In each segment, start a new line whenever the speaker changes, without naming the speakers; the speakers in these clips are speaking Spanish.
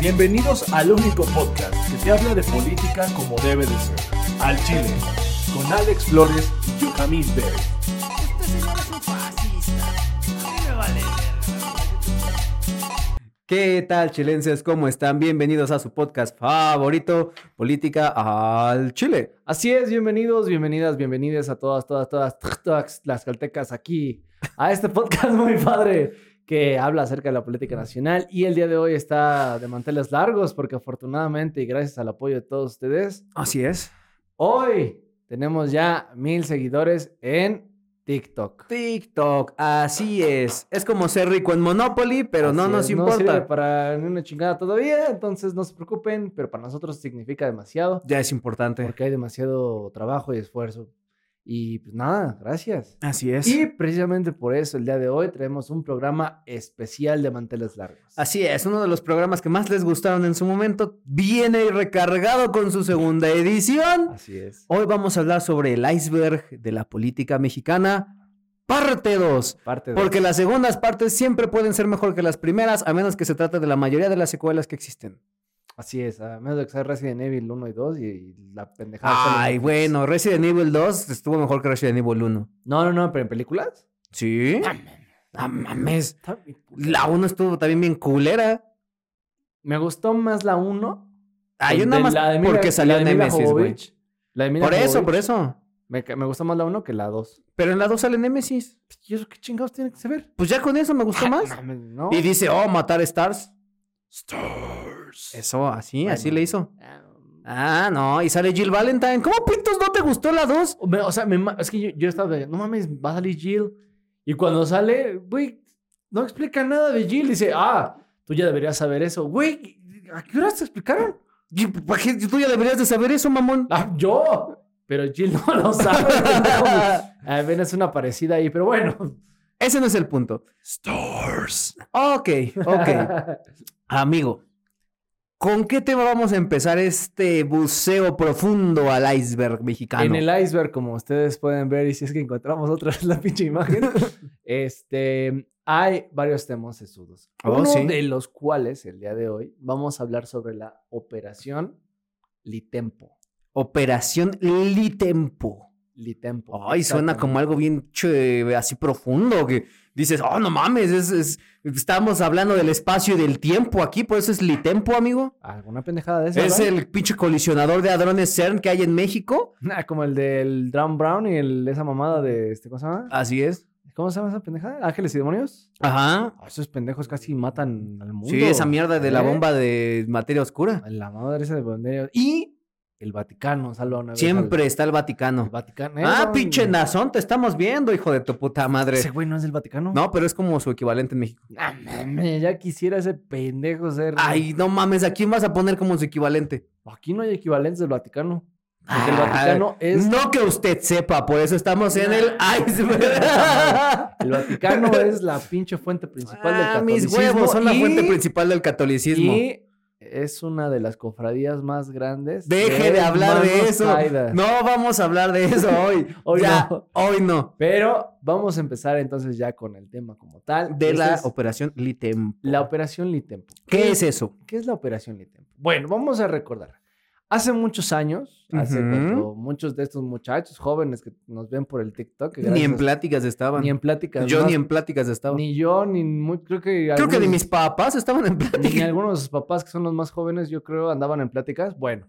Bienvenidos al único podcast que te habla de política como debe de ser. Al Chile, con Alex Flores y Jamil Bell.
Este señor es un fascista. A mí me vale verga.
¿Qué tal, chilenses? ¿Cómo están? Bienvenidos a su podcast favorito, Política al Chile.
Así es, bienvenidos, bienvenidas, bienvenidas a todas, todas, todas, todas las caltecas aquí a este podcast muy padre que habla acerca de la política nacional y el día de hoy está de manteles largos porque afortunadamente y gracias al apoyo de todos ustedes,
Así es.
hoy tenemos ya mil seguidores en TikTok.
TikTok, así es. Es como ser rico en Monopoly, pero no
Así
nos
es, No
importa.
sirve para ni una chingada todavía, entonces no se preocupen, pero para nosotros significa demasiado.
Ya es importante.
porque hay demasiado trabajo y esfuerzo. Y pues nada, gracias.
Así es.
Y precisamente por eso el día de hoy traemos un programa especial de manteles largos.
Así es, uno de los programas que más les gustaron en su momento viene recargado con su segunda edición.
Así es.
Hoy vamos a hablar sobre el iceberg de la política mexicana, parte 2.
Parte de
Porque las segundas partes siempre pueden ser mejor que las primeras, a menos que se trate de la mayoría de las secuelas que existen.
Así es, a menos de que sea Resident Evil 1 y 2 y, y la pendejada. sale en
Ay,
Netflix.
bueno, Resident Evil 2 estuvo mejor que Resident Evil 1.
No, no, no, pero en películas.
¿Sí? No mames. La 1 estuvo también bien culera.
Me gustó más la 1.
Ay, yo
donde
nada más
la de Mila-
porque salió
la de Mila
Nemesis, güey.
Jovovich. La de Mila
Por eso,
Jovovich.
por e eso.
Me, ca- me gustó más la 1 que la 2.
Pero en la 2 sale Nemesis.
¿Y eso qué chingados tiene que saber?
Pues ya con eso me gustó más.
Mames, No.
Y dice, oh, matar Stars.
Stars.
Eso, así, así
Bueno.
le hizo.
Ah,
Ah, no, y sale Jill Valentine. ¿Cómo pintos no te gustó la 2?
O me- o sea, me ma- es que yo, yo estaba de, no mames, va a salir Jill. Y cuando sale, güey, no explica nada de Jill. Dice, ah, tú ya deberías saber eso. Güey, ¿a qué horas te explicaron?
Y, ¿para qué? Tú ya deberías de saber eso, mamón.
Ah, yo. Pero Jill no lo sabe. pendejo. Ah, ven, es una parecida ahí, pero bueno.
Ese no es el punto.
Stars.
Ok, ok. Amigo, ¿con qué tema vamos a empezar este buceo profundo al iceberg mexicano?
en el iceberg, como ustedes pueden ver, y si es que encontramos otra vez la pinche imagen, este, hay varios temas sesudos.
Oh,
Uno
sí.
de los cuales, el día de hoy, vamos a hablar sobre la operación Litempo.
Operación Litempo.
Litempo.
Ay, suena como algo bien che- así profundo que dices, oh, no mames, es- es- estamos hablando del espacio y del tiempo aquí, por eso es Litempo, amigo.
¿Alguna pendejada de esa?
Es
verdad?
el pinche colisionador de hadrones CERN que hay en México.
Ah, como el del Drown Brown y el, esa mamada de, este, ¿cómo se llama?
Así es.
¿Cómo se llama esa pendejada? ¿Ángeles y demonios?
Ajá.
Ah, esos pendejos casi matan al mundo.
Sí, esa mierda de la
¿Eh?
bomba de materia oscura.
La madre esa de Bonderio. Y el Vaticano, salva una vez al-
Siempre está el Vaticano.
El Vaticano.
Ah,
Era
pinche
un-
nazón, te estamos viendo, hijo de tu puta
Ese
madre.
güey no es del Vaticano.
No, pero es como su equivalente en México.
Ah, mames, ya quisiera ese pendejo ser.
Ay, no mames, ¿a quién vas a poner como su equivalente?
Aquí no hay equivalentes del Vaticano. Porque el
Ah,
Vaticano es. Ah,
No que usted sepa, por eso estamos en el iceberg.
El Vaticano es la pinche fuente principal del
Ah, mis
catolicismo.
huevos son la
y-
fuente principal del catolicismo.
Y es una de las cofradías más grandes.
Deje de hablar de
hermanos
eso.
Caidas.
No vamos a hablar de eso hoy.
Hoy
Ya,
no.
Hoy no.
Pero vamos a empezar entonces ya con el tema como tal.
De
Esta
la
Este es
operación Litem.
la operación Litempo.
Este ¿Qué es eso?
¿Qué es la operación Litempo? Bueno, vamos a recordar. Hace muchos años, hace
Ujú.
cuando muchos de estos muchachos jóvenes que nos ven por el TikTok, que
Ni en
gracias-
pláticas estaban.
ni en pláticas,
yo
más-
ni en pláticas estaba.
ni yo, ni muy- creo que
Creo que ni
algunos-
mis papás estaban en pláticas.
ni algunos de sus papás que son los más jóvenes, yo creo, andaban en pláticas. Bueno,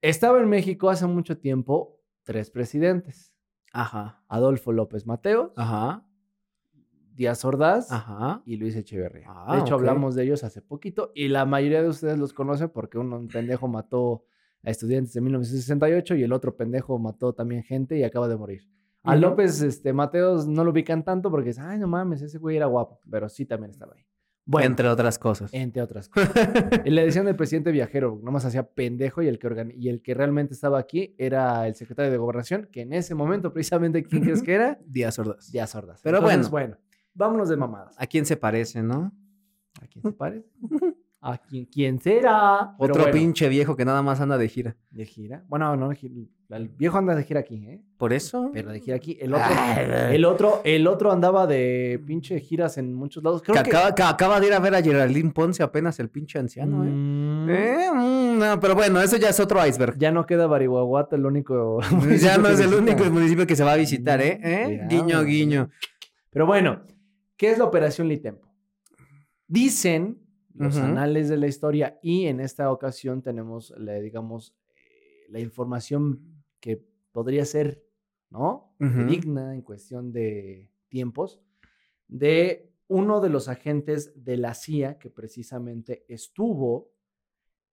estaba en México hace mucho tiempo tres presidentes:
Ajá.
Adolfo López Mateos,
Ajá.
Díaz Ordaz
Ajá.
y Luis Echeverría.
Ah,
de hecho,
ok.
hablamos de ellos hace poquito y la mayoría de ustedes los conocen porque uno, un pendejo mató a estudiantes en 1968 y el otro pendejo mató también gente y acaba de morir. A
Ujú.
López este, Mateos no lo ubican tanto porque es, ay, no mames, ese güey era guapo, pero sí también estaba ahí. Bueno,
entre otras cosas.
entre otras cosas. Y le decían el presidente viajero, nomás hacía pendejo y el, que organ- y el que realmente estaba aquí era el secretario de gobernación, que en ese momento precisamente, ¿quién crees que era?
Díaz Ordaz.
Díaz Ordaz.
Pero
Entonces, bueno, vámonos de mamadas.
¿A quién se parece, no?
¿A quién se parece? ¿A quién, quién será? Pero
Otro
bueno,
pinche viejo que nada más anda de gira.
De gira. Bueno, no, de gira. el viejo anda de gira aquí, ¿eh?
¿Por eso?
Pero de gira aquí. El otro,
Ay,
el otro, el otro andaba de pinche giras en muchos lados. Creo
que,
que...
Acaba, que acaba de ir a ver a Geraldine Ponce apenas el pinche anciano, ¿eh?
Mm,
Eh, mm, no, pero bueno, eso ya es otro iceberg.
Ya no queda Barihuahuata el único.
ya
municipio
no
que
es el
visita.
único municipio que se va a visitar, ¿eh? ¿Eh?
Cuidado.
Guiño, guiño.
Pero bueno, ¿qué es la operación Litempo? Dicen los
Ujú.
anales de la historia y en esta ocasión tenemos, la, digamos, eh, la información que podría ser, ¿no?
Ujú.
Digna en cuestión de tiempos, de uno de los agentes de la CIA que precisamente estuvo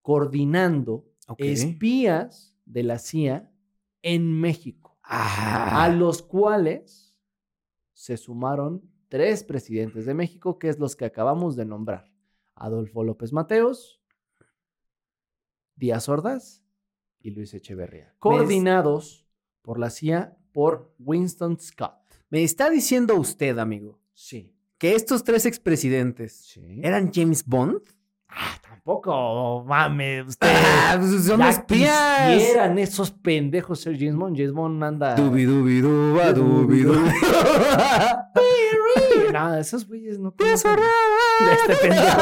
coordinando
Ok.
espías de la CIA en México a
Ah,
los cuales se sumaron tres presidentes de México, que es los que acabamos de nombrar. Adolfo López Mateos, Díaz Ordaz y Luis Echeverría. Coordinados por la CIA por Winston Scott.
me está diciendo usted, amigo,
Sí.
que estos tres expresidentes
Sí.
eran James Bond.
Ah, tampoco mame usted.
Ah, pues son
Ya
espías.
quisieran esos pendejos ser James Bond. James Bond anda...
Dubi dubi duba dubi duba.
Nada, esos güeyes no...
Díaz
conocen-
Ordaz.
este pendejo.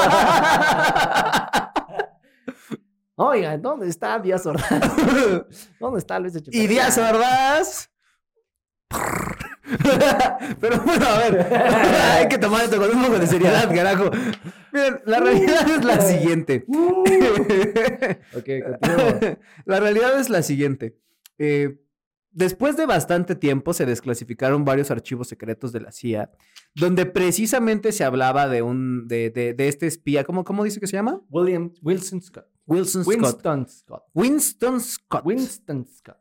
Oigan, ¿dónde está Díaz Ordaz? ¿Dónde está Luis Echeverría?
Y Díaz Ordaz. Pero bueno, a ver, hay que tomar esto con un poco de seriedad, carajo. Miren, la realidad es la siguiente. Uh.
Ok, continuamos.
la realidad es la siguiente. Eh, después de bastante tiempo se desclasificaron varios archivos secretos de la CIA, donde precisamente se hablaba de un de, de- de este espía, ¿cómo, ¿cómo dice que se llama?
William Wilson Scott.
Wilson Scott.
Winston Scott.
Winston Scott.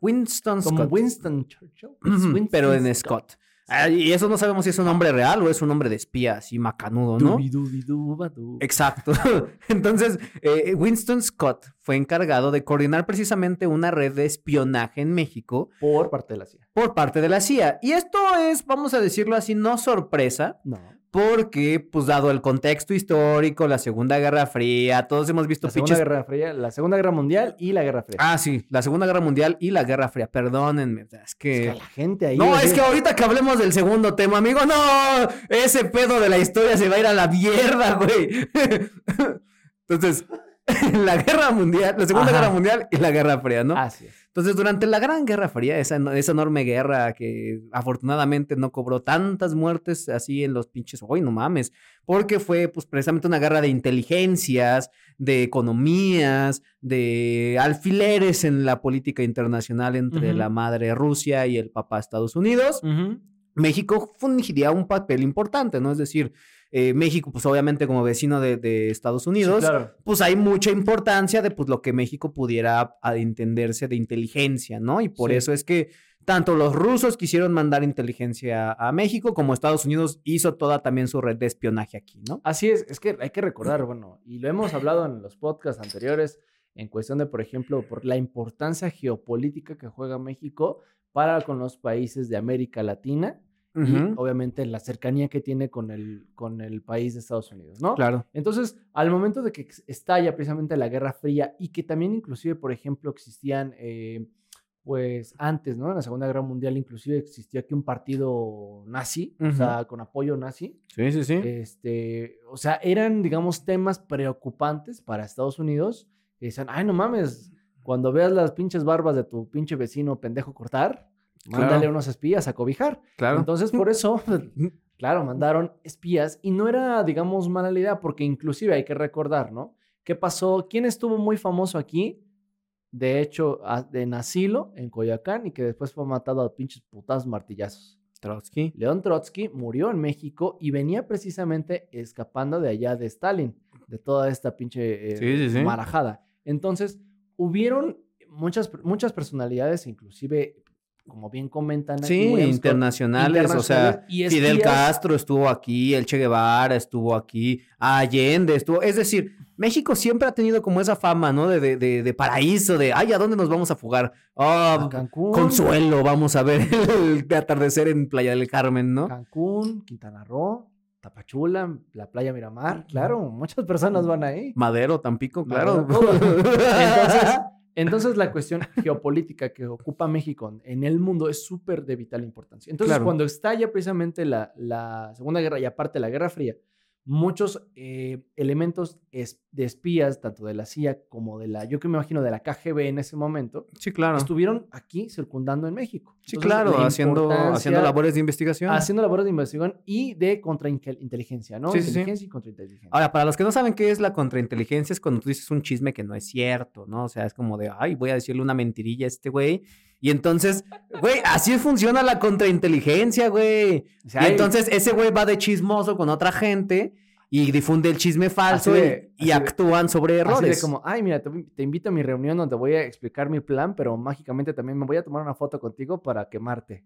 Winston
Winston Scott. Como
Scott.
Winston Churchill. es
Ujú,
Winston
pero en Scott. Ah, y eso no sabemos si es un hombre real o es un hombre de espía, así macanudo, ¿no?
Dubidubidubadubi.
Exacto. Entonces, eh, Winston Scott fue encargado de coordinar precisamente una red de espionaje en México
Por parte de la CIA.
por parte de la CIA. Y esto es, vamos a decirlo así, no sorpresa,
No.
porque, pues, dado el contexto histórico, la Segunda Guerra Fría, todos hemos visto
La Segunda
pinches
Guerra Fría, la Segunda Guerra Mundial y la Guerra Fría.
Ah, sí, la Segunda Guerra Mundial y la Guerra Fría. Perdónenme, es
Es
que...
que la gente ahí.
eh. No,
así-
es que ahorita que hablemos del segundo tema, amigo, no, ese pedo de la historia se va a ir a la mierda, güey. Entonces, la guerra mundial, la segunda
Ajá.
guerra mundial y la guerra fría, ¿no?
Así es.
Entonces, durante la gran guerra fría, esa, eno- esa enorme guerra que afortunadamente no cobró tantas muertes así en los pinches, uy, no mames, porque fue pues precisamente una guerra de inteligencias, de economías, de alfileres en la política internacional entre
Ujú.
la madre Rusia y el papá Estados Unidos. México fungiría un papel importante, ¿no? Es decir, eh, México, pues obviamente como vecino de, de Estados
Sí,
Unidos,
claro.
pues hay mucha importancia de pues lo que México pudiera a- entenderse de inteligencia, ¿no? Y por
Sí.
eso es que tanto los rusos quisieron mandar inteligencia a México como Estados Unidos hizo toda también su red de espionaje aquí, ¿no?
Así es, es que hay que recordar, bueno, y lo hemos hablado en los podcasts anteriores, en cuestión de, por ejemplo, por la importancia geopolítica que juega México para con los países de América Latina y
Ujú.
obviamente la cercanía que tiene con el, con el país de Estados Unidos, ¿no?
Claro.
Entonces, al momento de que ex- estalla precisamente la Guerra Fría y que también inclusive, por ejemplo, existían, eh, pues antes, ¿no? En la Segunda Guerra Mundial inclusive existía aquí un partido nazi, o sea, con apoyo nazi.
Sí, sí, sí.
Este, o sea, eran, digamos, temas preocupantes para Estados Unidos. Que decían, ay, no mames, cuando veas las pinches barbas de tu pinche vecino pendejo cortar,
Claro.
mándale unos espías a cobijar.
claro.
Entonces, por eso, claro, mandaron espías y no era, digamos, mala la idea, porque inclusive hay que recordar, ¿no? ¿Qué pasó? ¿Quién estuvo muy famoso aquí? De hecho, a- en asilo, en Coyoacán, y que después fue matado a pinches putas martillazos.
Trotsky.
León Trotsky murió en México y venía precisamente escapando de allá de Stalin, de toda esta pinche eh,
Sí, sí, sí.
marajada. Entonces, hubieron muchas, muchas personalidades, inclusive como bien comentan aquí,
Sí,
William Scott,
internacionales, o sea,
internacionales, y
Fidel
espías.
Castro estuvo aquí, el Che Guevara estuvo aquí, Allende estuvo, es decir, México siempre ha tenido como esa fama, ¿no? De, de, de, de paraíso, de, ay, ¿a dónde nos vamos a fugar? Ah,
A Cancún,
consuelo, vamos a ver el atardecer en Playa del Carmen, ¿no?
Cancún, Quintana Roo, Tapachula, la playa Miramar, claro, muchas personas van ahí.
Madero, Tampico, claro.
Madero, Entonces, entonces la cuestión geopolítica que ocupa México en el mundo es súper de vital importancia. Entonces,
Claro.
cuando estalla precisamente la, la Segunda Guerra y aparte la Guerra Fría, muchos eh, elementos es- de espías, tanto de la CIA como de la, yo que me imagino, de la KGB en ese momento,
sí, claro.
estuvieron aquí circundando en México.
Ah. Sí,
Entonces,
claro,
la
haciendo, haciendo
importancia-
labores de investigación.
Haciendo labores de investigación y de contrainteligencia, ¿no?
Sí, Ah, sí, sí.
inteligencia y contrainteligencia.
Ahora, para los que no saben qué es la contrainteligencia, es cuando tú dices un chisme que no es cierto, ¿no? O sea, es como de, ay, voy a decirle una mentirilla a este güey. Y entonces, güey, así funciona la contrainteligencia, güey.
O sea,
Y
hay-
entonces ese güey va de chismoso con otra gente y difunde el chisme falso
Así
y-
de-
y,
así de-
actúan sobre
Así de
errores.
como, ay, mira, te, te invito a mi reunión donde voy a explicar mi plan, pero mágicamente también me voy a tomar una foto contigo para quemarte.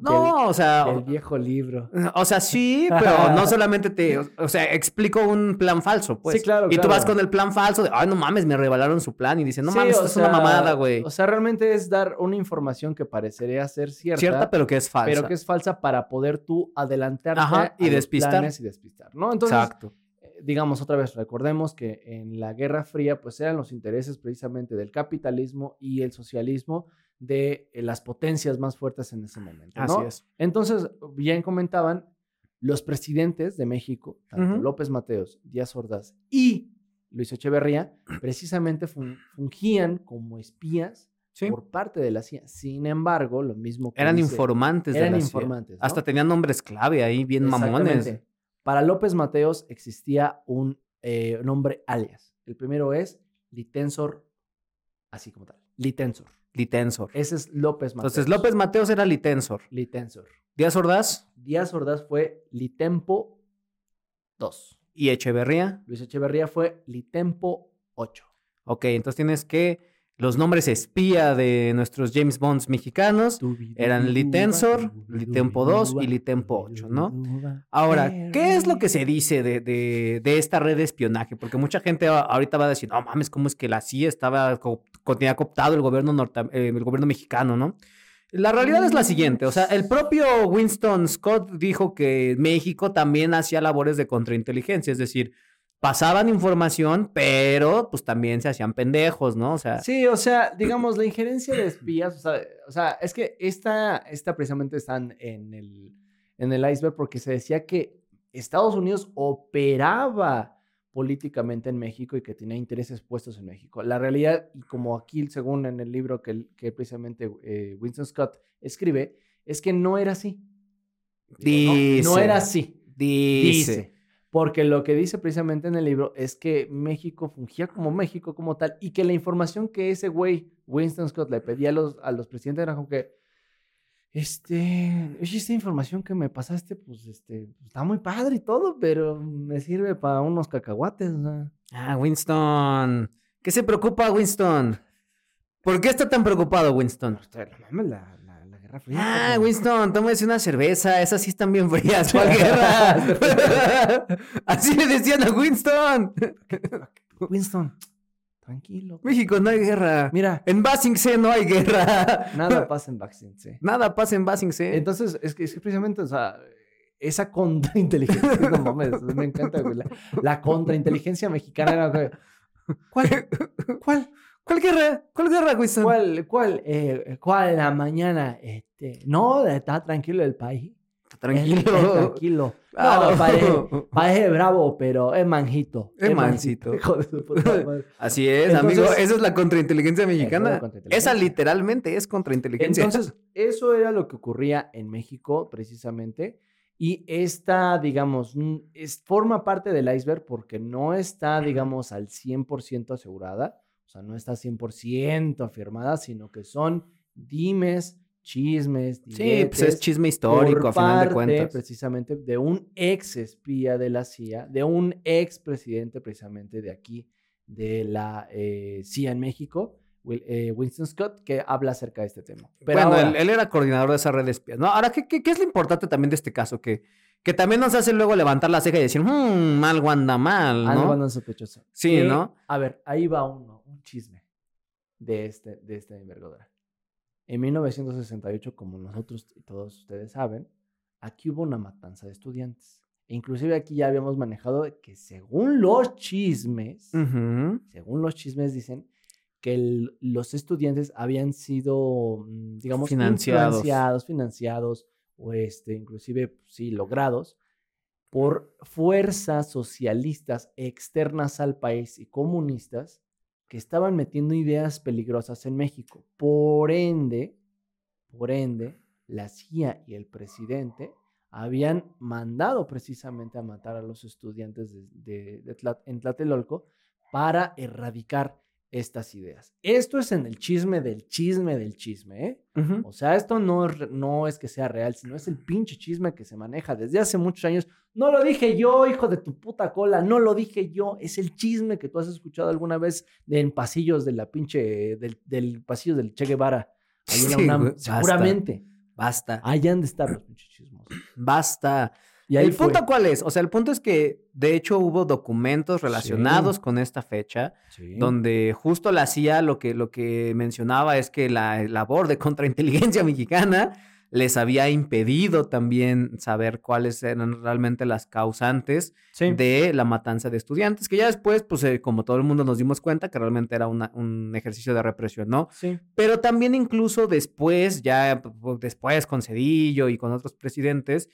no, o sea,
El viejo libro.
o sea, sí, pero no solamente te, o o sea, explico un plan falso, pues.
Sí, claro,
Y tú
claro.
vas con el plan falso de, ay, no mames, me revelaron su plan y dicen, no
Sí,
mames,
o
esto es una
sea,
mamada, güey.
O sea, realmente es dar una información que parecería ser cierta,
cierta,
pero,
pero que es falsa.
que es falsa para poder tú adelantarte
Ajá, y
a los
despistar.
planes y despistar, ¿no? Entonces,
Exacto.
eh, digamos otra vez, recordemos que en la Guerra Fría pues eran los intereses precisamente del capitalismo y el socialismo de eh, las potencias más fuertes en ese momento, ¿no?
Así es.
Entonces, bien comentaban, los presidentes de México, tanto
Ujú.
López Mateos, Díaz Ordaz y Luis Echeverría, precisamente fun- fungían como espías
Sí.
por parte de la CIA. Sin embargo, lo mismo que
Eran
dice-
informantes de
eran
la CIA.
informantes. ¿no?
Hasta tenían nombres clave ahí, bien mamones.
Exactamente. Para López Mateos existía un eh, nombre alias. El primero es Litensor, así como tal. Litensor.
Litensor.
Ese es López Mateos.
Entonces, López Mateos era Litensor.
Litensor.
Díaz Ordaz
Díaz Ordaz fue Litempo 2.
y Echeverría.
Luis Echeverría fue Litempo 8.
Ok, entonces tienes que los nombres espía de nuestros James Bonds mexicanos. Eran Litensor, Litempo 2 y Litempo 8, ¿no? Ahora, ¿qué es lo que se dice de, de- de esta red de espionaje? Porque mucha gente a- ahorita va a decir, no mames, ¿cómo es que la CIA estaba, co- co- tenía cooptado el gobierno, norte, el gobierno mexicano, ¿no? La realidad es la siguiente, o sea, el propio Winston Scott dijo que México también hacía labores de contrainteligencia, es decir, pasaban información, pero pues también se hacían pendejos, ¿no? O sea,
Sí, o sea, digamos, la injerencia de espías, o sea, o sea, es que esta, esta precisamente están en el, en el iceberg porque se decía que Estados Unidos operaba políticamente en México y que tenía intereses puestos en México. La realidad, y como aquí, según en el libro que, que precisamente eh, Winston Scott escribe, es que no era así. Digo, no- no
Dice.
era así.
dice.
Dice. Porque lo que dice precisamente en el libro es que México fungía como México como tal y que la información que ese güey, Winston Scott, le pedía a los, a los presidentes era como que, este, oye, esta información que me pasaste, pues, este, está muy padre y todo, pero me sirve para unos cacahuates, o sea".
Ah, Winston. ¿Qué se preocupa, Winston? ¿Por qué está tan preocupado, Winston?
O sea, no mames, la, la- la Guerra Fría.
Ah,
pues,
Winston, tómese una cerveza. Esas sí están bien frías. ¿Cuál guerra? Así le decían a Winston.
Winston, tranquilo.
México, no hay guerra.
Mira,
En Basingse no hay guerra.
nada pasa en ¿eh? Vaccine, sí.
Nada pasa en Basingse.
Entonces, es que, es que precisamente, o sea, esa contrainteligencia, no mames, me encanta, güey. La, la contrainteligencia mexicana era, güey, ¿cuál? ¿Cuál?
¿Cuál guerra? ¿Cuál guerra, Winston?
¿Cuál? ¿Cuál? Eh, ¿Cuál la mañana? Este, no, está tranquilo el país.
Tranquilo. Ah.
Es- es tranquilo.
Claro.
No, parece, parece bravo, pero es manjito.
Es mansito.
Hijo de su puta madre.
Así es,
Entonces-
amigo. Esa es la contrainteligencia
Es
mexicana.
la contrainteligencia.
Esa literalmente es contrainteligencia.
Entonces, eso era lo que ocurría en México, precisamente. Y esta, digamos, mm, es, forma parte del iceberg porque no está, digamos, al 100% asegurada, o sea, no está 100% afirmada, sino que son dimes, chismes,
sí, pues es
diretes
chisme histórico,
por
a final de
parte, pues,
cuentas.
precisamente de un ex espía de la CIA, de un ex presidente precisamente de aquí, de la eh, CIA en México, Will- eh, Winston Scott, que habla acerca de este tema. Pero
bueno,
ahora-
él, él era coordinador de esa red de espías. ¿no? Ahora, ¿qué, qué, qué es lo importante también de este caso? Que, que también nos hace luego levantar la ceja y decir, mmm, algo anda mal, ¿no?
Algo andan sospechoso.
Sí,
Que,
¿no?
A ver, ahí va uno, un chisme de, este, de esta envergadura. En 1968, como nosotros y todos ustedes saben, aquí hubo una matanza de estudiantes. Inclusive aquí ya habíamos manejado que según los chismes,
Ujú.
según los chismes dicen que el- los estudiantes habían sido, mm, digamos,
Financiados.
influenciados, financiados o este, inclusive, pues, sí, logrados por fuerzas socialistas externas al país y comunistas que estaban metiendo ideas peligrosas en México. Por ende, por ende, la CIA y el presidente habían mandado precisamente a matar a los estudiantes de, de- de Tla- en Tlatelolco para erradicar estas ideas. Esto es en el chisme del chisme del chisme, ¿eh?
Ujú.
O sea, esto no es, re- no es que sea real, sino es el pinche chisme que se maneja desde hace muchos años. No lo dije yo, hijo de tu puta cola, no lo dije yo. Es el chisme que tú has escuchado alguna vez de- en pasillos de la pinche, del, del pasillo del Che Guevara. Ahí en la
Sí,
UNAM,
güey, basta.
seguramente.
Basta,
Ahí han de estar los pinches chismos.
basta.
Y ahí
¿El
fue.
punto cuál es? O sea, el punto es que de hecho hubo documentos relacionados con esta fecha,
Sí.
donde justo la CIA lo que, lo que mencionaba es que la labor de contrainteligencia mexicana les había impedido también saber cuáles eran realmente las causantes
Sí.
de la matanza de estudiantes, que ya después, pues eh, como todo el mundo nos dimos cuenta que realmente era una- un ejercicio de represión, ¿no?
Sí.
Pero también incluso después, ya p- p- después con Cedillo y con otros presidentes,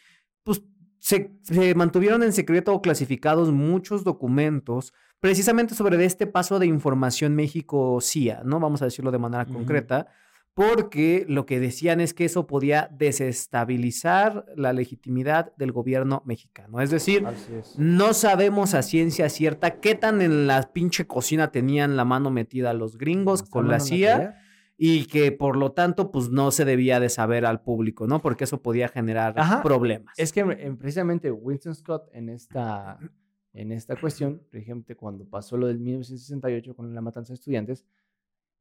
pues se, se mantuvieron en secreto o clasificados muchos documentos precisamente sobre de este paso de información México-CIA, ¿no? Vamos a decirlo de manera
Ujú.
concreta, porque lo que decían es que eso podía desestabilizar la legitimidad del gobierno mexicano. Es decir,
Así es.
no sabemos a ciencia cierta qué tan en la pinche cocina tenían la mano metida los gringos
Está
con la
mandando
CIA
callar.
y que por lo tanto pues no se debía de saber al público, ¿no? Porque eso podía generar
Ajá.
problemas.
Es que em, precisamente Winston Scott en esta, en esta cuestión, por ejemplo, cuando pasó lo del 1968 con la matanza de estudiantes,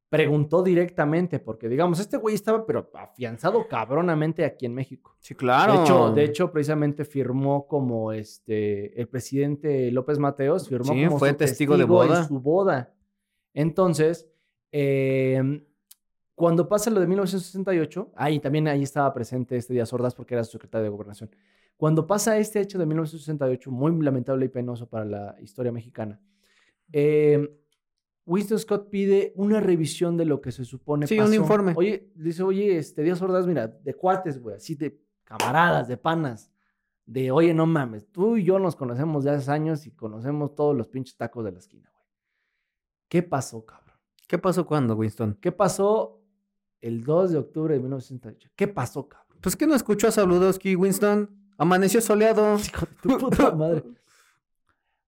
preguntó directamente, porque digamos, este güey estaba pero afianzado cabronamente aquí en México.
sí, claro.
De hecho, de hecho, precisamente firmó como este, el presidente López Mateos firmó
Sí,
como
fue
su
testigo de
en
boda.
su boda. Entonces, eh, cuando pasa lo de 1968, ahí también ahí estaba presente este Díaz Ordaz porque era su secretario de gobernación. Cuando pasa este hecho de 1968, muy lamentable y penoso para la historia mexicana, eh, Winston Scott pide una revisión de lo que se supone
Sí, un
pasó.
informe.
Oye, dice, oye, este Díaz Ordaz, mira, de cuates, güey, así de camaradas, de panas, de, oye, no mames, tú y yo nos conocemos de hace años y conocemos todos los pinches tacos de la esquina, güey. ¿Qué pasó, cabrón?
¿Qué pasó cuando, Winston?
¿Qué pasó el 2 de octubre de 1968? ¿Qué pasó, cabrón?
Pues que no escuchó a Saludowski, Winston. Amaneció soleado.
Hijo de tu puta madre.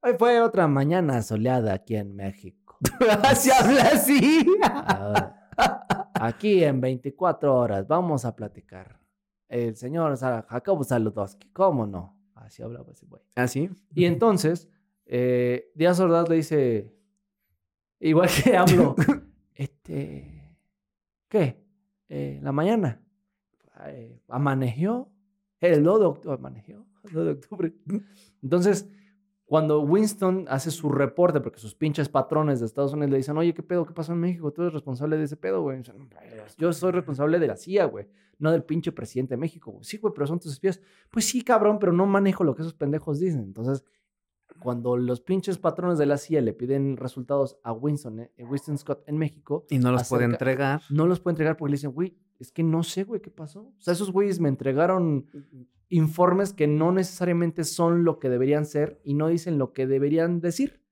Hoy fue otra mañana soleada aquí en México.
Se habla así.
Ahora, aquí en 24 horas vamos a platicar. El señor Sara- Jacobo Saludowski, ¿cómo no? Así hablaba ese güey.
¿Así?
Y entonces, eh, Díaz Ordaz le dice, igual que hablo, este, ¿qué? Eh, la mañana. eh, amaneció. El 2 de octubre. Amaneció. El 2 de octubre. Entonces, cuando Winston hace su reporte, porque sus pinches patrones de Estados Unidos le dicen, oye, ¿qué pedo? ¿Qué pasó en México? Tú eres responsable de ese pedo, güey. Dice, "No, Yo soy responsable de la CIA, güey. No del pinche presidente de México, güey. Sí, güey, pero son tus espías. Pues sí, cabrón, pero no manejo lo que esos pendejos dicen. Entonces, cuando los pinches patrones de la CIA le piden resultados a Winston, eh, Winston Scott en México,
Y no los puede
Acerca-
entregar.
no los puede entregar porque le dicen, güey, es que no sé, güey, qué pasó. O sea, esos güeyes me entregaron informes que no necesariamente son lo que deberían ser y no dicen lo que deberían decir.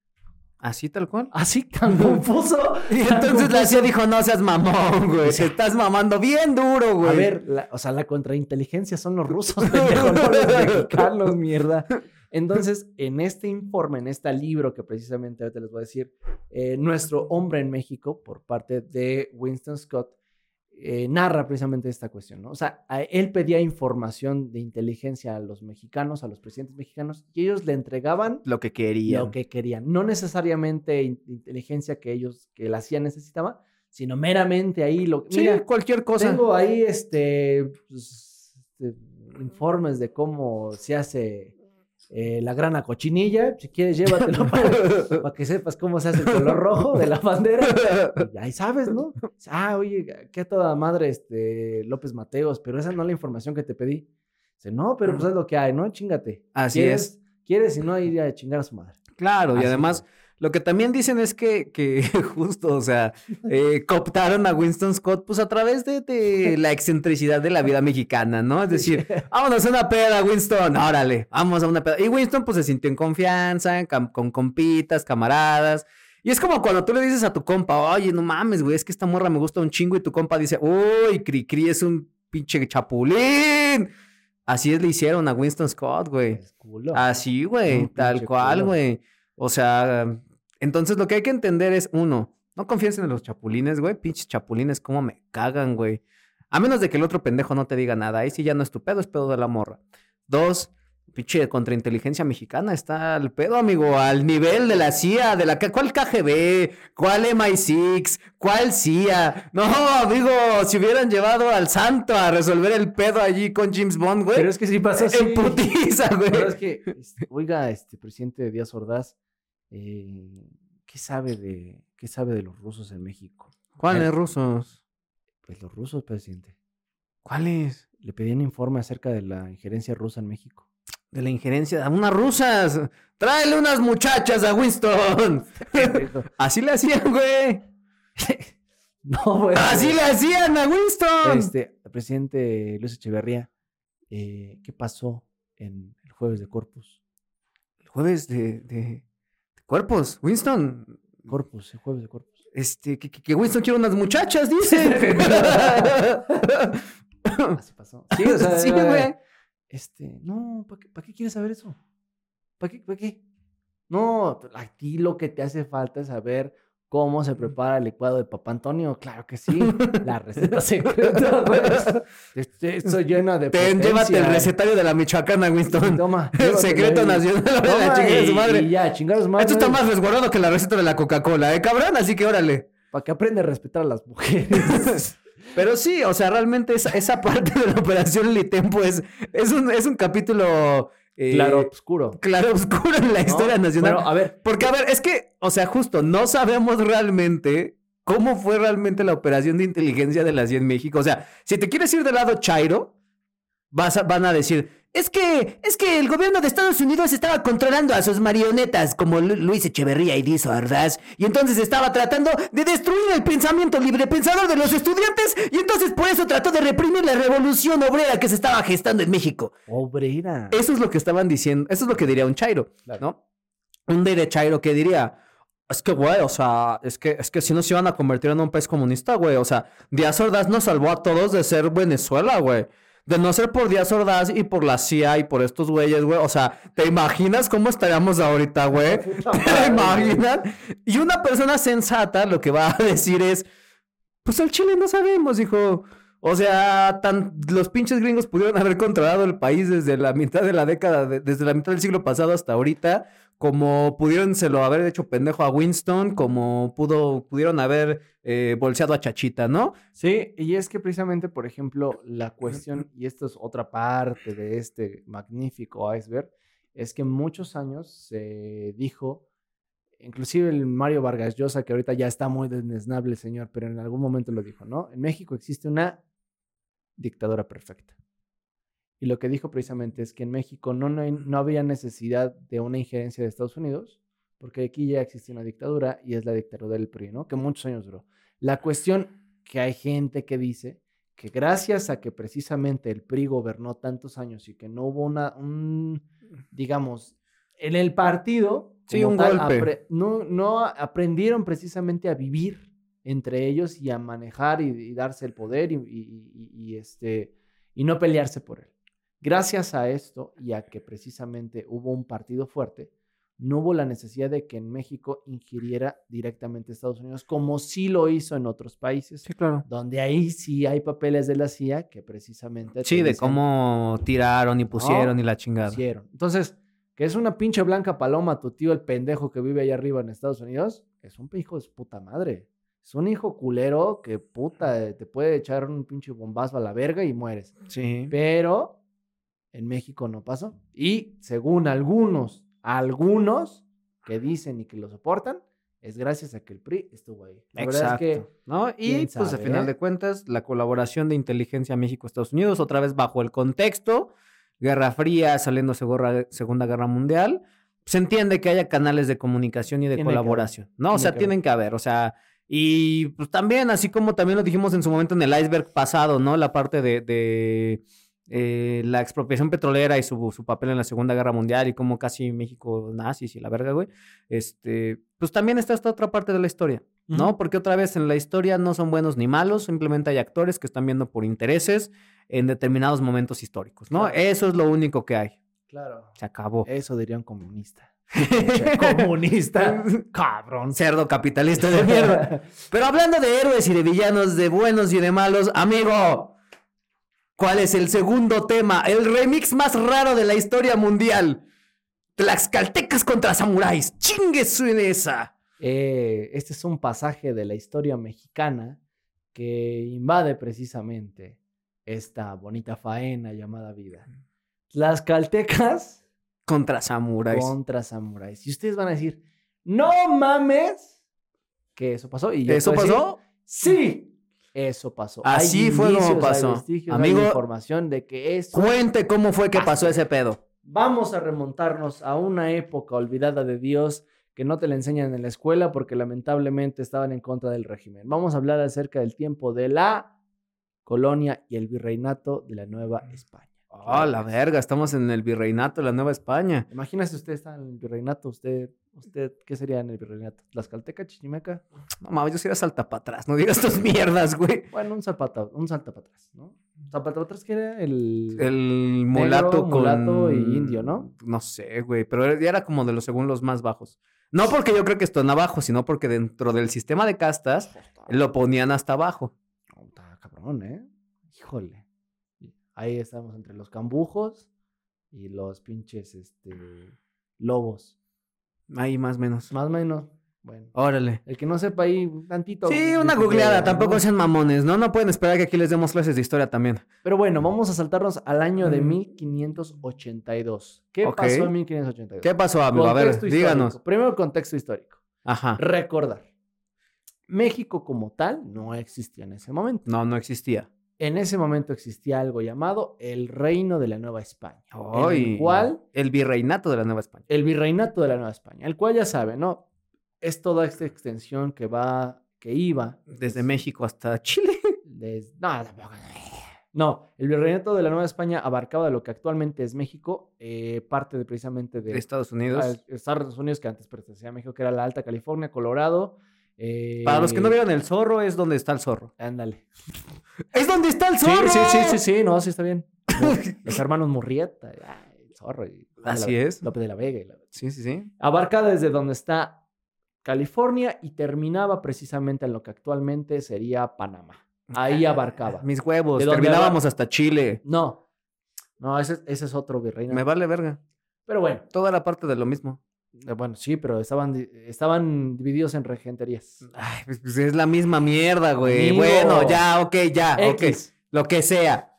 Así tal cual.
Así tan confuso.
Y
tan
entonces la
confuso.
CIA dijo, no seas mamón, güey. Te estás mamando bien duro, güey.
A ver, la- o sea, la contrainteligencia son los rusos, pendejo, no los mexicanos, mierda. Entonces, en este informe, en este libro que precisamente ahorita les voy a decir, eh, Nuestro Hombre en México, por parte de Winston Scott, eh, narra precisamente esta cuestión, ¿no? O sea, a- él pedía información de inteligencia a los mexicanos, a los presidentes mexicanos, y ellos le entregaban
Lo que quería.
lo que querían. No necesariamente in- inteligencia que ellos, que la CIA necesitaba, sino meramente ahí lo
Sí,
Mira,
cualquier cosa.
tengo ahí este, pues, este, informes de cómo se hace eh, la grana cochinilla. Si quieres, llévatelo para, para que sepas cómo se hace el color rojo de la bandera. Y ahí sabes, ¿no? Ah, oye, qué a toda madre este López Mateos, pero esa no es la información que te pedí. Dice, no, pero pues es lo que hay, ¿no? Chingate.
Así
¿Quieres? ¿Quieres? Si no, ir a chingar a su madre.
Claro, y
Así
además, lo que también dicen es que, que justo, o sea, eh, cooptaron a Winston Scott, pues a través de, de la excentricidad de la vida mexicana, ¿no? Es decir, vámonos a una peda, Winston, órale, vamos a una peda. Y Winston, pues se sintió en confianza, cam- con compitas, camaradas. Y es como cuando tú le dices a tu compa, oye, no mames, güey, es que esta morra me gusta un chingo, y tu compa dice, uy, Cri Cri es un pinche chapulín. Así es, le hicieron a Winston Scott, güey.
Es Pues, culo.
Así, Ah, güey,
Un
tal
pinche
cual,
culo.
güey. O sea, em, entonces lo que hay que entender es, uno, no confíes en los chapulines, güey. Pinches chapulines, cómo me cagan, güey. A menos de que el otro pendejo no te diga nada. Ahí sí ya no es tu pedo, es pedo de la morra. Dos, pinche contrainteligencia mexicana está el pedo, amigo, al nivel de la CIA, de la... K- ¿Cuál KGB? ¿Cuál MI6? ¿Cuál CIA? No, amigo, si hubieran llevado al santo a resolver el pedo allí con James Bond, güey.
Pero es que si pasa así.
En putiza, güey.
Pero es que, este, oiga, este presidente Díaz Ordaz, eh, ¿qué sabe de qué sabe de los rusos en México?
¿Cuáles rusos?
Pues los rusos, presidente.
¿Cuáles?
Le pedían informe acerca de la injerencia rusa en México.
De la injerencia de unas rusas. Tráele unas muchachas a Winston. Así le hacían, güey.
no, güey.
Así le hacían a Winston.
Este, presidente Luis Echeverría, eh, ¿qué pasó en el jueves de Corpus?
El jueves de, de- de cuerpos, Winston.
Corpus, el jueves de Corpus.
Este, que, que- que Winston quiere unas muchachas, dice.
Así pasó. Sí, o sea,
sí,
era-
güey.
Este, no, ¿para qué, pa' qué quieres saber eso? ¿Para qué, pa' qué? No, a ti lo que te hace falta es saber cómo se prepara el licuado de Papá Antonio. Claro que sí, la receta secreta, güey. Este, Estoy llena de
Ten, llévate el
potencia. eh.
recetario de la Michoacana, Winston.
Toma.
el secreto nacional de la chingada de su madre.
Y ya, chingar a su madre.
Esto está más resguardado que la receta de la Coca-Cola, eh, cabrón. Así que órale.
Para que aprenda a respetar a las mujeres.
Pero sí, o sea, realmente esa, esa parte de la operación Litempo es, es, un, es un capítulo eh,
claro, oscuro.
claro oscuro en la historia nacional.
Pero, a ver,
Porque, a ver, es que, o sea, justo, no sabemos realmente cómo fue realmente la operación de inteligencia de la CIA en México. O sea, si te quieres ir del lado Chairo, vas a- van a decir, es que, es que el gobierno de Estados Unidos estaba controlando a sus marionetas como Lu- Luis Echeverría y Diz Ordaz, y entonces estaba tratando de destruir el pensamiento librepensador de los estudiantes, y entonces por eso trató de reprimir la revolución obrera que se estaba gestando en México.
obrera.
Eso es lo que estaban diciendo, eso es lo que diría un Chairo,
Claro.
Eh, ¿no? Un derechairo que diría, es que, güey, o sea, es que, es que si no se iban a convertir en un país comunista, güey, o sea, Díaz Ordaz nos salvó a todos de ser Venezuela, güey. De no ser por Díaz Ordaz y por la CIA y por estos güeyes, güey. O sea, ¿te imaginas cómo estaríamos ahorita, güey? ¿Te imaginas? Y una persona sensata lo que va a decir es, pues al Chile no sabemos, hijo. O sea, tan, los pinches gringos pudieron haber controlado el país desde la mitad de la década, de- desde la mitad del siglo pasado hasta ahorita, como pudieron se lo haber hecho pendejo a Winston, como pudo, pudieron haber eh, bolseado a Chachita, ¿no?
Sí, y es que precisamente, por ejemplo, la cuestión, y esto es otra parte de este magnífico iceberg, es que muchos años se dijo, inclusive el Mario Vargas Llosa, que ahorita ya está muy desneznable el señor, pero en algún momento lo dijo, ¿no? En México existe una dictadura perfecta. Y lo que dijo precisamente es que en México no, no, hay- no había necesidad de una injerencia de Estados Unidos, porque aquí ya existe una dictadura y es la dictadura del PRI, ¿no? Que muchos años duró. La cuestión que hay gente que dice que gracias a que precisamente el PRI gobernó tantos años y que no hubo una, un, digamos, en el partido,
Sí,
como
un golpe.
no, no aprendieron precisamente a vivir entre ellos y a manejar y, y darse el poder y, y- y- y, este, y no pelearse por él. Gracias a esto y a que precisamente hubo un partido fuerte, no hubo la necesidad de que en México ingiriera directamente Estados Unidos, como sí lo hizo en otros países,
claro.
donde ahí sí hay papeles de la CIA que precisamente... te
Sí, de
dicen
cómo tiraron y pusieron y la
que
chingada.
hicieron. Entonces, que es una pinche blanca paloma tu tío, el pendejo que vive allá arriba en Estados Unidos, es un hijo de su puta madre. Es un hijo culero que puta, eh, te puede echar un pinche bombazo a la verga y mueres.
Sí.
Pero en México no pasó. Y según algunos, algunos que dicen y que lo soportan, es gracias a que el PRI estuvo ahí. La verdad es
Exacto.
que
¿no? Y
quién
pues a
sabe,
final
¿eh?
de cuentas, la colaboración de inteligencia México-Estados Unidos, otra vez bajo el contexto, Guerra Fría, saliendo segorra- Segunda Guerra Mundial, se entiende que haya canales de comunicación y de
Tiene que
colaboración, ¿no? O
tiene
sea,
que
tienen que haber, o sea, y pues también, así como también lo dijimos en su momento en el iceberg pasado, ¿no? La parte de... de, eh, la expropiación petrolera y su, su papel en la Segunda Guerra Mundial y cómo casi México nazis y la verga, güey. Este, pues también está esta otra parte de la historia. ¿no? Porque otra vez en la historia no son buenos ni malos, simplemente hay actores que están viendo por intereses en determinados momentos históricos, ¿no?
Claro. Eh,
Eso es lo único que hay.
Claro.
Se acabó.
Eso diría un comunista. Pinche comunista.
Cabrón, cerdo capitalista de mierda. Pero hablando de héroes y de villanos, de buenos y de malos, amigo, ¿cuál es el segundo tema? El remix más raro de la historia mundial. Tlaxcaltecas contra samuráis. Chingue su en esa.
Eh, este es un pasaje de la historia mexicana que invade precisamente esta bonita faena llamada vida. Las caltecas
Contra samuráis.
contra samuráis. Y ustedes van a decir, no mames, que eso pasó. Y yo
¿Eso
te voy a decir,
pasó?
sí, eso pasó.
Así fue como
indicios, hay
pasó.
vestigios,
Amigo,
hay información de que eso
Cuente cómo fue que pasó ese pedo.
Vamos a remontarnos a una época olvidada de Dios que no te la enseñan en la escuela porque lamentablemente estaban en contra del régimen. Vamos a hablar acerca del tiempo de la colonia y el virreinato de la Nueva España.
Ah, la
pues.
verga, estamos en el virreinato de la Nueva España.
Imagínese usted está en el virreinato, usted, usted, ¿qué sería en el virreinato? ¿Tlaxcalteca, Chichimeca?
No mames, yo sí era salta para atrás, no digas tus mierdas, güey.
Bueno, un zapata, un salta para atrás, ¿no? ¿Zapata para atrás que era el...
El mulato con.
mulato y indio, ¿no?
No sé, güey, pero era- ya era como de los según los más bajos. No porque yo creo que están abajo, sino porque dentro del sistema de castas lo ponían hasta abajo.
Puta, cabrón, ¿eh? Híjole. Ahí estamos entre los cambujos y los pinches, este, lobos.
Ahí más o menos.
Más o menos, bueno.
Órale.
El que no sepa ahí, tantito.
Sí, una
Wikipedia,
googleada,
¿no?
tampoco sean mamones, ¿no? No pueden esperar que aquí les demos clases de historia también.
Pero bueno, vamos a saltarnos al año de
Mm.
1582. ¿Qué
Ok.
pasó en 1582?
¿Qué pasó, amigo? A ver,
Contexto histórico.
díganos.
Primero, contexto histórico.
Ajá.
Recordar. México como tal no existía en ese momento.
No, no existía.
En ese momento existía algo llamado el Reino de la Nueva España, en
Ay,
el cual
El virreinato de la Nueva España.
el virreinato de la Nueva España, el cual ya sabe, ¿no? Es toda esta extensión que va, que iba
Desde México hasta Chile.
desde... No, tampoco. No, el virreinato de la Nueva España abarcaba lo que actualmente es México, eh, parte de precisamente de
Estados Unidos.
a- Estados Unidos, que antes pertenecía a México, que era la Alta California, Colorado. eh,
Para los que no vieron el zorro, es donde está el zorro.
Ándale.
¡Es donde está el
Sí,
zorro!
sí, sí, sí, sí, no, sí está bien. Los hermanos Murrieta, ay, el zorro. y-
Así es.
López de la Vega. y la-
Sí, sí, sí.
abarca desde donde está California y terminaba precisamente en lo que actualmente sería Panamá. Ahí abarcaba.
Mis huevos.
¿De dónde
Terminábamos hasta Chile.
No, no, ese, ese es otro virreinato.
Me vale verga.
Pero bueno,
Toda la parte de lo mismo.
eh, bueno, sí, pero estaban, di- estaban divididos en regenterías.
Ay, pues, pues, es la misma mierda, güey.
Amigo.
Bueno, ya, ok, ya, Ah, ok.
X.
Lo que sea.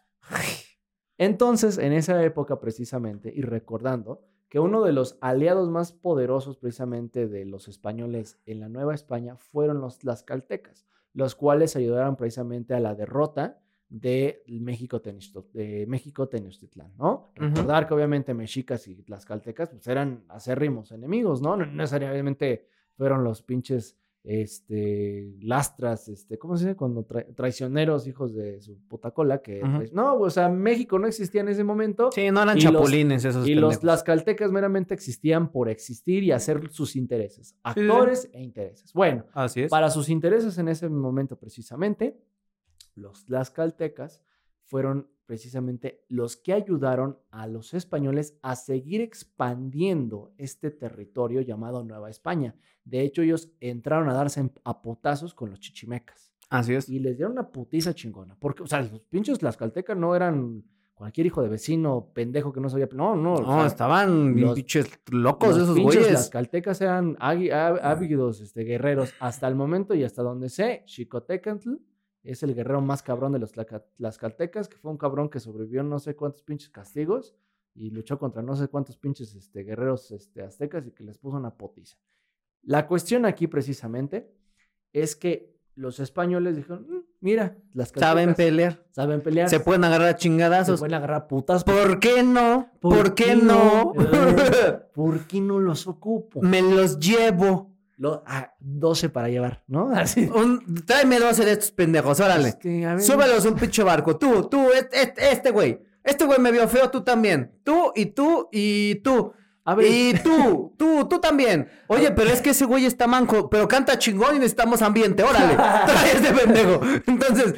Entonces, en esa época precisamente, y recordando que uno de los aliados más poderosos precisamente de los españoles en la Nueva España fueron los tlaxcaltecas, los cuales ayudaron precisamente a la derrota de México, Tenochtitlan, de México Tenochtitlán, ¿no?
Ujú.
Recordar que obviamente mexicas y tlaxcaltecas pues eran acérrimos enemigos, ¿no? No necesariamente fueron los pinches este, lastras, este, ¿cómo se dice? Cuando tra- traicioneros, hijos de su puta cola, que...
Ujú.
trai- No, o sea, México no existía en ese momento.
Sí, no eran
Y los-
chapulines esos.
y los
pendejos.
tlaxcaltecas meramente existían por existir y hacer sus intereses, actores e intereses. Bueno,
Así es.
para sus intereses en ese momento precisamente, los tlaxcaltecas fueron precisamente los que ayudaron a los españoles a seguir expandiendo este territorio llamado Nueva España. De hecho, ellos entraron a darse en- a potazos con los chichimecas
Así es.
y les dieron una putiza chingona. Porque, o sea, los pinches tlaxcaltecas no eran cualquier hijo de vecino pendejo que no sabía. No, no. o
No,
sea,
estaban bien
los-
pinches locos
los
esos
pinches
güeyes.
Tlaxcaltecas eran águi- á- ávidos este, guerreros hasta el momento y hasta donde sé, Xicotecantl es el guerrero más cabrón de los tlaca- tlaxcaltecas, que fue un cabrón que sobrevivió no sé cuántos pinches castigos y luchó contra no sé cuántos pinches este, guerreros este, aztecas y que les puso una potiza. La cuestión aquí precisamente es que los españoles dijeron, "Mm, mira, las
Saben pelear.
saben pelear,
Se pueden agarrar a
se
chingadazos.
pueden agarrar a putas.
¿Por qué no? ¿Por, qué no?
Eh, ¿Por qué no los ocupo?
Me los llevo.
Lo, ah, 12 para llevar, ¿no? Así.
Un, tráeme 12 de estos pendejos, órale.
Este, a ver.
Súbelos a un pinche barco. Tú, tú, et- et- este güey. Este güey me vio feo, tú también. Tú y tú y tú.
A ver.
Y tú, tú, tú también. Oye, pero es que ese güey está manco, pero canta chingón y necesitamos ambiente, órale. Trae este pendejo. Entonces,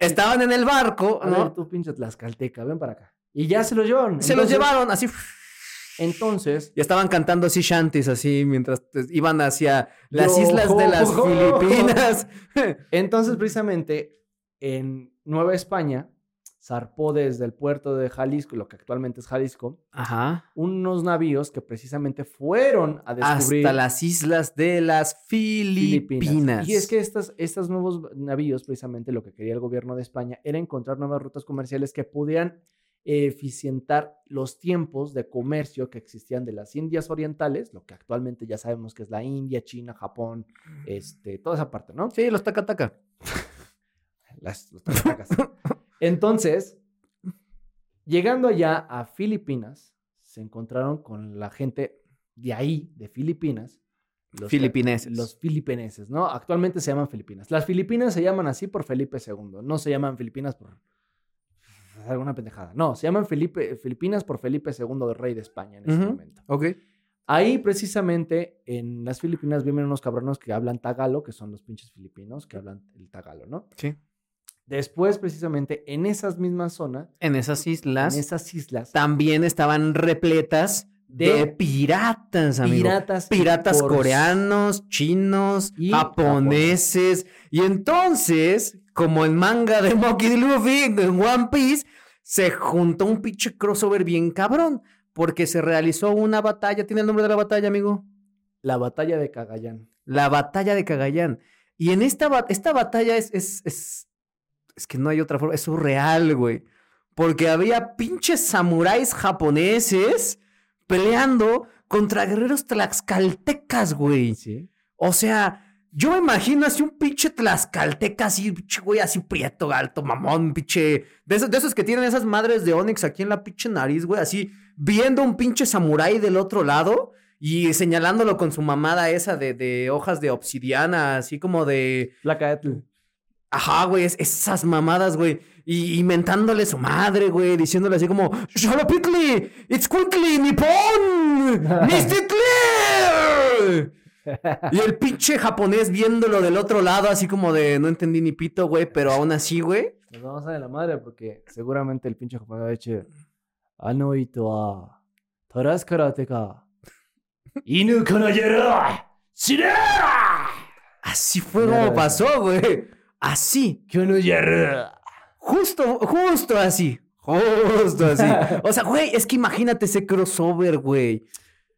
estaban en el barco,
A ver,
¿no?
tú pinche tlaxcalteca, ven para acá. Y ya se los llevaron.
Se los
Entonces-
llevaron así.
Entonces,
Y estaban cantando así shanties, así, mientras pues, iban hacia las
Yo,
islas de las
jo, jo.
Filipinas.
entonces precisamente en Nueva España zarpó desde el puerto de Jalisco, lo que actualmente es Jalisco,
Ajá.
unos navíos que precisamente fueron a descubrir
hasta las islas de las Filipinas.
Filipinas. Y es que estos estas nuevos navíos, precisamente lo que quería el gobierno de España era encontrar nuevas rutas comerciales que pudieran eficientar los tiempos de comercio que existían de las Indias Orientales, lo que actualmente ya sabemos que es la India, China, Japón, este, toda esa parte, ¿no?
Sí, los tacataca.
Las, los tacatacas. Entonces, llegando allá a Filipinas, se encontraron con la gente de ahí, de Filipinas. los-
Filipineses.
Los filipineses, ¿no? Actualmente se llaman Filipinas. Las Filipinas se llaman así por Felipe II. No se llaman Filipinas por alguna pendejada. No, se llaman Felipe, Filipinas por Felipe II, rey de España en ese
Ujú.
momento.
Ok.
Ahí precisamente en las Filipinas viven unos cabrones que hablan tagalo, que son los pinches filipinos que hablan el tagalo, ¿no?
Sí.
Después precisamente en esas mismas zonas,
En esas islas
en esas islas,
también estaban repletas de,
De
piratas, amigo.
piratas, y
Piratas
cors-
coreanos, chinos,
Y
japoneses. Y entonces, como el manga de Monkey D. Luffy en One Piece, se juntó un pinche crossover bien cabrón. Porque se realizó una batalla. ¿Tiene el nombre de la batalla, amigo?
La batalla de Cagayán.
La batalla de Cagayán. Y en esta, ba- esta batalla es, es, es, es que no hay otra forma, es surreal, güey. Porque había pinches samuráis japoneses peleando contra guerreros tlaxcaltecas, güey.
Sí.
O sea, yo me imagino así un pinche tlaxcalteca así, pinche güey, así prieto, alto, mamón, pinche. De esos, de esos que tienen esas madres de Onix aquí en la pinche nariz, güey, así, viendo un pinche samurái del otro lado y señalándolo con su mamada esa de, de hojas de obsidiana, así como de.
Tlacaetl.
Ajá, güey, es- esas mamadas, güey. Y, y mentándole su madre, güey, diciéndole así como, Shalopitli, it's quickly, Nippon, Mr. Clear. Y el pinche japonés viéndolo del otro lado, así como de, no entendí ni pito, güey, pero aún así, güey.
Nos vamos a dar la madre porque seguramente el pinche japonés va a decir Ano ito a Taras karateka Inu konoyeru Shirera
Así fue
Mierda.
como pasó, güey. Así,
Konoyeru
justo, justo así, justo así. O sea, güey, es que imagínate ese crossover, güey.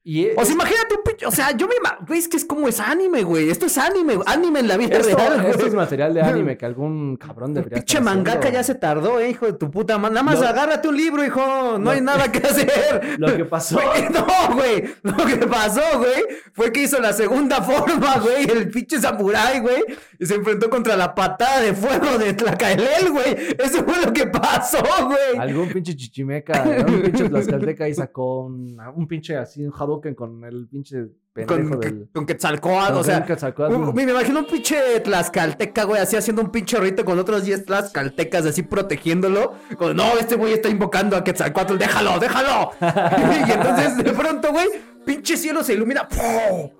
Y
O sea, imagínate un pinche. O sea, yo me imagino. Güey, es que es como es anime, güey. Esto es anime. güey. Anime en la vida
e-, esto,
real, güey.
esto es material de anime que algún cabrón debería
Pinche
estar haciendo.
mangaka ya se tardó, eh, hijo de tu puta madre. Nada más
Lo-
agárrate un libro, hijo. No, hay nada que hacer.
Lo que pasó
Güey, No, güey. Lo que pasó, güey, fue que hizo la segunda forma, güey. El pinche samurái, güey. Y se enfrentó contra la patada de fuego de Tlacaelel, güey. Eso fue lo que pasó, güey.
Algún pinche chichimeca, ¿no? un pinche tlaxcalteca y sacó un, un pinche así, un Hadouken con el pinche pendejo
Con,
del...
con Quetzalcóatl, o sea,
que sacó algún-
Un- Me imagino un pinche tlaxcalteca, güey, así haciendo un pinche rito con otros 10 tlaxcaltecas, así protegiéndolo. Con, no, este güey está invocando a Quetzalcoatl, déjalo, déjalo. y entonces, de pronto, güey, pinche cielo se ilumina. ¡pum!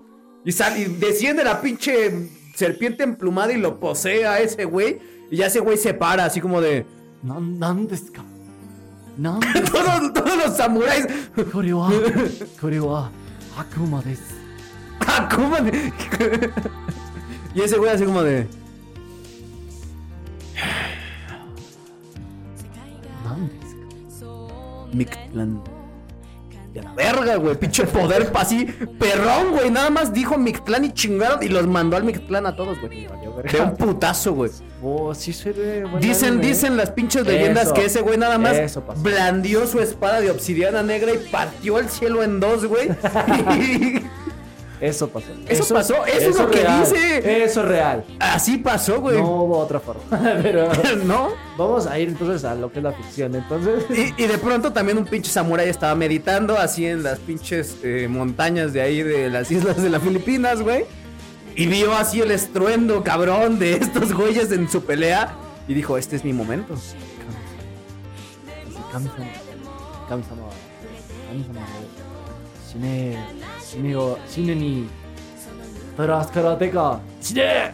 Y sale, y desciende la pinche serpiente emplumada y lo posee a ese güey. Y ya ese güey se para, así como de.
Nan- nan desu ka? Nan desu
Todos, todos los samuráis.
これ はこれは悪魔です。
¡Ah, cómo de- y ese güey, así como de.
何ですか
Mictlán. De la verga, güey. Pinche poder pa' así. Perrón, güey. Nada más dijo Mictlán y chingaron y los mandó al Mictlán a todos, güey. De un putazo, güey.
Oh, sí se ve buen
Dicen,
anime.
dicen las pinches leyendas
Eso.
que ese güey nada más
Eso pasó.
blandió su espada de obsidiana negra y partió el cielo en dos, güey.
Eso pasó.
Eso pasó, eso es lo que
real,
dice.
Eso es real.
Así pasó, güey.
No
No.
hubo otra forma. Pero vamos a ir entonces a lo que es la ficción. Entonces,
Y, y de pronto también un pinche samurái estaba meditando así en las pinches eh, montañas de ahí de las islas de las Filipinas, güey. Y vio así el estruendo cabrón de estos güeyes en su pelea y dijo, este es mi momento.
Kami-sama. Kami-sama. Kami-sama. Shine. Shine wo- Shine ni. Tlaxcalteca. Shine.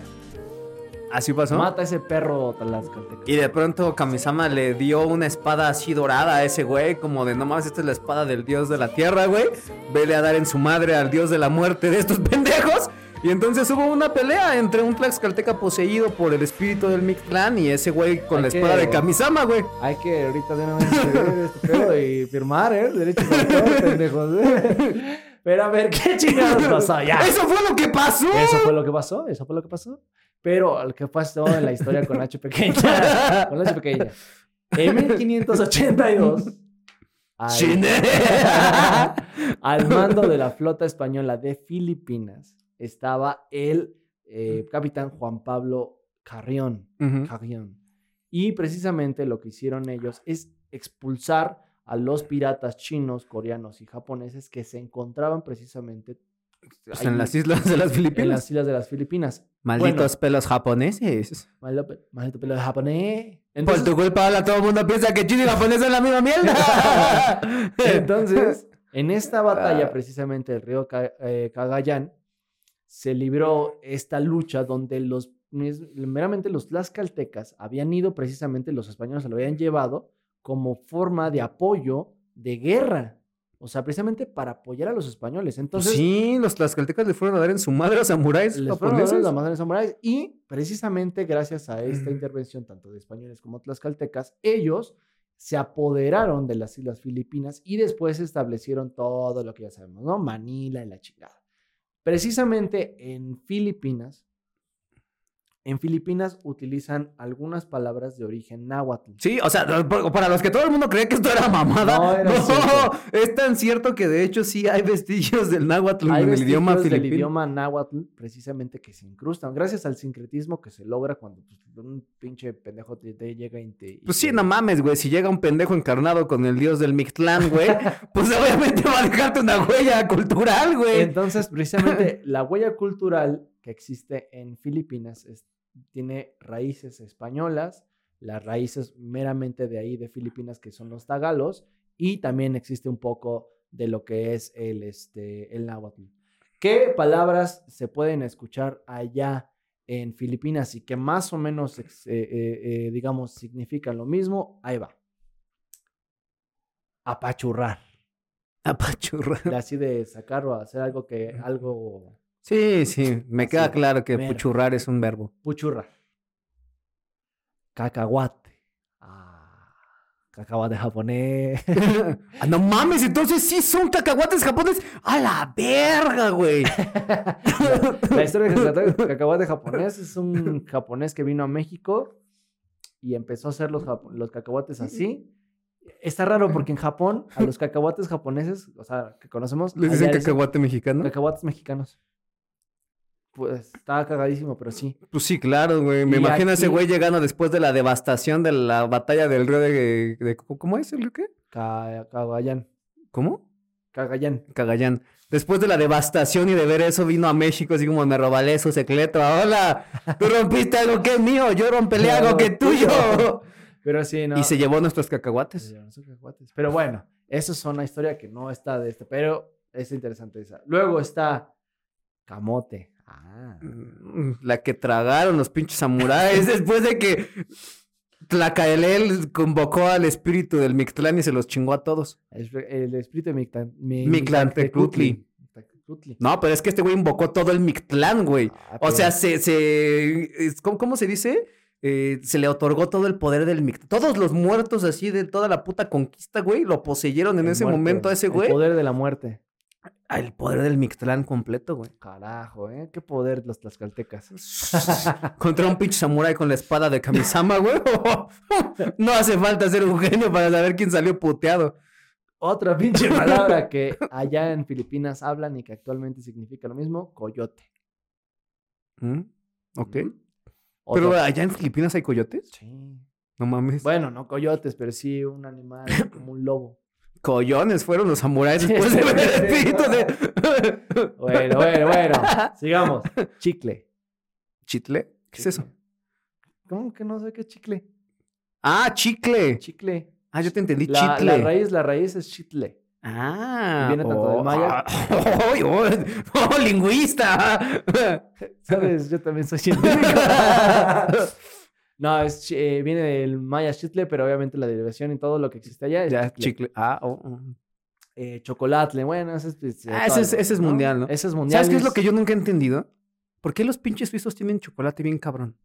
Así pasó.
Mata a ese perro tlaxcalteca.
Y de pronto Kamisama le dio una espada así dorada a ese güey, como de no mames, esta es la espada del dios de la tierra, güey. Vele a dar en su madre al dios de la muerte de estos pendejos. Y entonces hubo una pelea entre un Tlaxcalteca poseído por el espíritu del Mictlán y ese güey con la
Ok.
espada de Kamisama, güey.
Hay que ahorita de una vez escribir este pedo y firmar, ¿eh? Derecho de autor, pendejos. ¿eh? Pero a ver, ¿qué chingados pasó? Ah, Ya.
¡Eso fue lo que pasó!
Eso fue lo que pasó, eso fue lo que pasó. Pero lo que pasó en la historia con H pequeña. con H pequeña. En 1582. al-
¡Chine!
al mando de la flota española de Filipinas estaba el eh, capitán Juan Pablo Carrión.
Ujú.
Carrión. Y precisamente lo que hicieron ellos es expulsar a los piratas chinos, coreanos y japoneses que se encontraban precisamente
Pues
ahí
en las islas de las
en las
Filipinas.
islas de las Filipinas.
Malditos pelos japoneses.
Malo pe- Maldito pelo de japonés.
Por
Entonces,
tu culpa ahora todo el mundo piensa que chino y japonés es la misma mierda.
entonces, en esta batalla
Ah.
precisamente del río Ca- eh, Cagayán se libró esta lucha donde los mis- meramente los tlaxcaltecas habían ido precisamente los españoles se lo habían llevado como forma de apoyo de guerra, o sea, precisamente para apoyar a los españoles. Entonces,
Pues sí, los tlaxcaltecas le fueron a dar en su madre a samuráis
les fueron a dar
japoneses.
los almacenes samuráis y precisamente gracias a esta intervención tanto de españoles como tlaxcaltecas, ellos se apoderaron de las islas Filipinas y después establecieron todo lo que ya sabemos, ¿no? Manila y la chingada. Precisamente en Filipinas, en Filipinas utilizan algunas palabras de origen náhuatl.
Sí, o sea, por- para los que todo el mundo cree que esto era mamada,
No,
no,
era cierto.
es tan cierto que de hecho sí hay vestigios del náhuatl
Hay
en el
vestigios
idioma
del
filipino.
idioma náhuatl precisamente que se incrustan gracias al sincretismo que se logra cuando pues, un pinche pendejo te, te llega y te... y
Pues sí,
te-
no mames, güey, si llega un pendejo encarnado con el dios del Mictlán, güey, pues obviamente va a dejarte una huella cultural, güey.
Entonces, precisamente la huella cultural que existe en Filipinas es- tiene raíces españolas, las raíces meramente de ahí de Filipinas que son los tagalos y también existe un poco de lo que es el este el náhuatl. ¿Qué palabras se pueden escuchar allá en Filipinas y que más o menos ex- eh, eh, eh, digamos significan lo mismo? Ahí va. Apachurrar
Apachurra.
de así de sacar o hacer algo que algo
Sí, sí, me
Así,
queda claro que
mero.
puchurrar es un verbo.
puchurra. Cacahuate. Ah, cacahuate japonés.
Ah, no mames, entonces sí son cacahuates japoneses. A la verga, güey.
La historia del cacahuate- cacahuate japonés es un japonés que vino a México y empezó a hacer los, japo- los cacahuates así. Está raro porque en Japón a los cacahuates japoneses, o sea, que conocemos,
Les
allá
dicen cacahuate mexicano.
cacahuates mexicanos. Pues está cagadísimo, pero sí.
Pues sí, claro, güey. Me
Y
imagino a ese
aquí-
güey llegando después de la devastación de la batalla del río de. de- ¿Cómo es el río qué?
Ca- Cagayán.
¿Cómo?
Cagayán.
Cagayán. Después de la devastación y de ver eso, vino a México así como me robalé su secreto. ¡Hola! Tú rompiste algo que es mío, yo romperé algo que es tuyo.
Pero sí, no.
Y se llevó nuestros
Pues
cacahuates.
ya no son cacahuates. Pero bueno, eso es una historia que no está de este, pero es interesante esa. Luego está camote. Ah.
Mm, La que tragaron los pinches samuráis después de que Tlacaelel convocó al espíritu del Mictlán y se los chingó a todos.
El, el espíritu de Mictan, mi,
Mictlantecutli.
Mictlantecutli.
No, pero es que este güey invocó todo el Mictlán, güey.
Ah,
O
pero-
sea, se, se es- ¿cómo, cómo se dice? eh, se le otorgó todo el poder del Mictlán. Todos los muertos así de toda la puta conquista, güey, lo poseyeron en
El
ese
muerte,
momento a ese güey.
El poder de la muerte.
Ah, El poder del Mictlán completo, güey.
Carajo, ¿eh? Qué poder los tlaxcaltecas.
Contra un pinche samurái con la espada de Kamisama, güey. no hace falta ser un genio para saber quién salió puteado.
Otra pinche palabra que allá en Filipinas hablan y que actualmente significa lo mismo, coyote.
¿Mm? Ok.
Otro-
Pero allá en Filipinas hay coyotes.
Sí.
No mames.
Bueno, no coyotes, pero sí un animal como un lobo.
Collones fueron los samuráis después de ver el espíritu de.
Bueno, bueno, bueno. Sigamos. Chicle.
¿Chitle? ¿Qué es eso?
¿Cómo que no sé qué es chicle?
Ah, chicle.
Chicle.
Ah, yo te entendí,
La,
chicle.
la raíz, la raíz es chitle.
Ah.
Viene tanto del
ah,
maya-
¡Ay, oh, oh, lingüista!
¿Sabes? Yo también soy científico. no, es, chi- eh, viene del maya chitle, pero obviamente la derivación y todo lo que existe allá es
ya,
chicle.
chicle. Ah, oh, oh.
Eh, chocolatle, bueno, ese es... pues, de
Ah,
todas
ese es-
las-
ese es mundial, ¿no?
Ese es mundial.
¿Sabes qué es lo que yo nunca he entendido? ¿Por qué los pinches suizos tienen chocolate bien cabrón?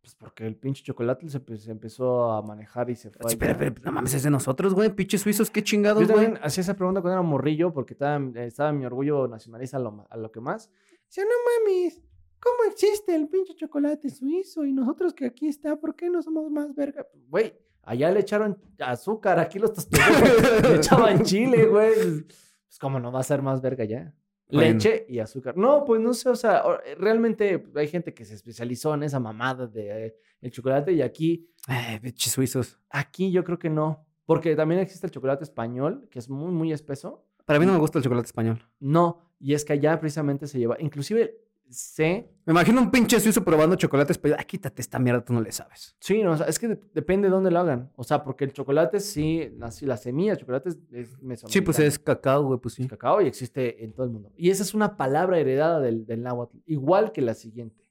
Pues porque el pinche chocolate se, empe- se empezó a manejar y se fue...
Sí,
allá.
pero, pero, no mames, es de nosotros, güey. Pinches suizos, qué
Yo
chingados, güey.
también hacía esa pregunta cuando era morrillo, porque estaba, estaba mi orgullo nacionalista a lo, ma- a lo que más. Decía, no mames, ¿cómo existe el pinche chocolate suizo? Y nosotros que aquí está, ¿por qué no somos más verga? Güey, allá le echaron azúcar, aquí los tostados le echaban chile, güey. Pues cómo no va a ser más verga ya.
Bueno.
Leche y azúcar. No, pues no sé, o sea, o- realmente hay gente que se especializó en esa mamada de eh, el chocolate y aquí
Ay, pinches suizos.
Aquí yo creo que no. Porque también existe el chocolate español, que es muy, muy espeso.
Para mí no me gusta el chocolate español.
No, y es que allá precisamente se lleva. Inclusive sé.
Me imagino un pinche suizo probando chocolate español. Ah, quítate esta mierda, tú no le sabes.
Sí, no, o sea, es que de- depende de dónde lo hagan. O sea, porque el chocolate sí, la, sí, la semilla de chocolate es, es
Sí, pues
mesoamericana.
es cacao, güey, pues sí.
Es cacao y existe en todo el mundo. Y esa es una palabra heredada del, del náhuatl, igual que la siguiente: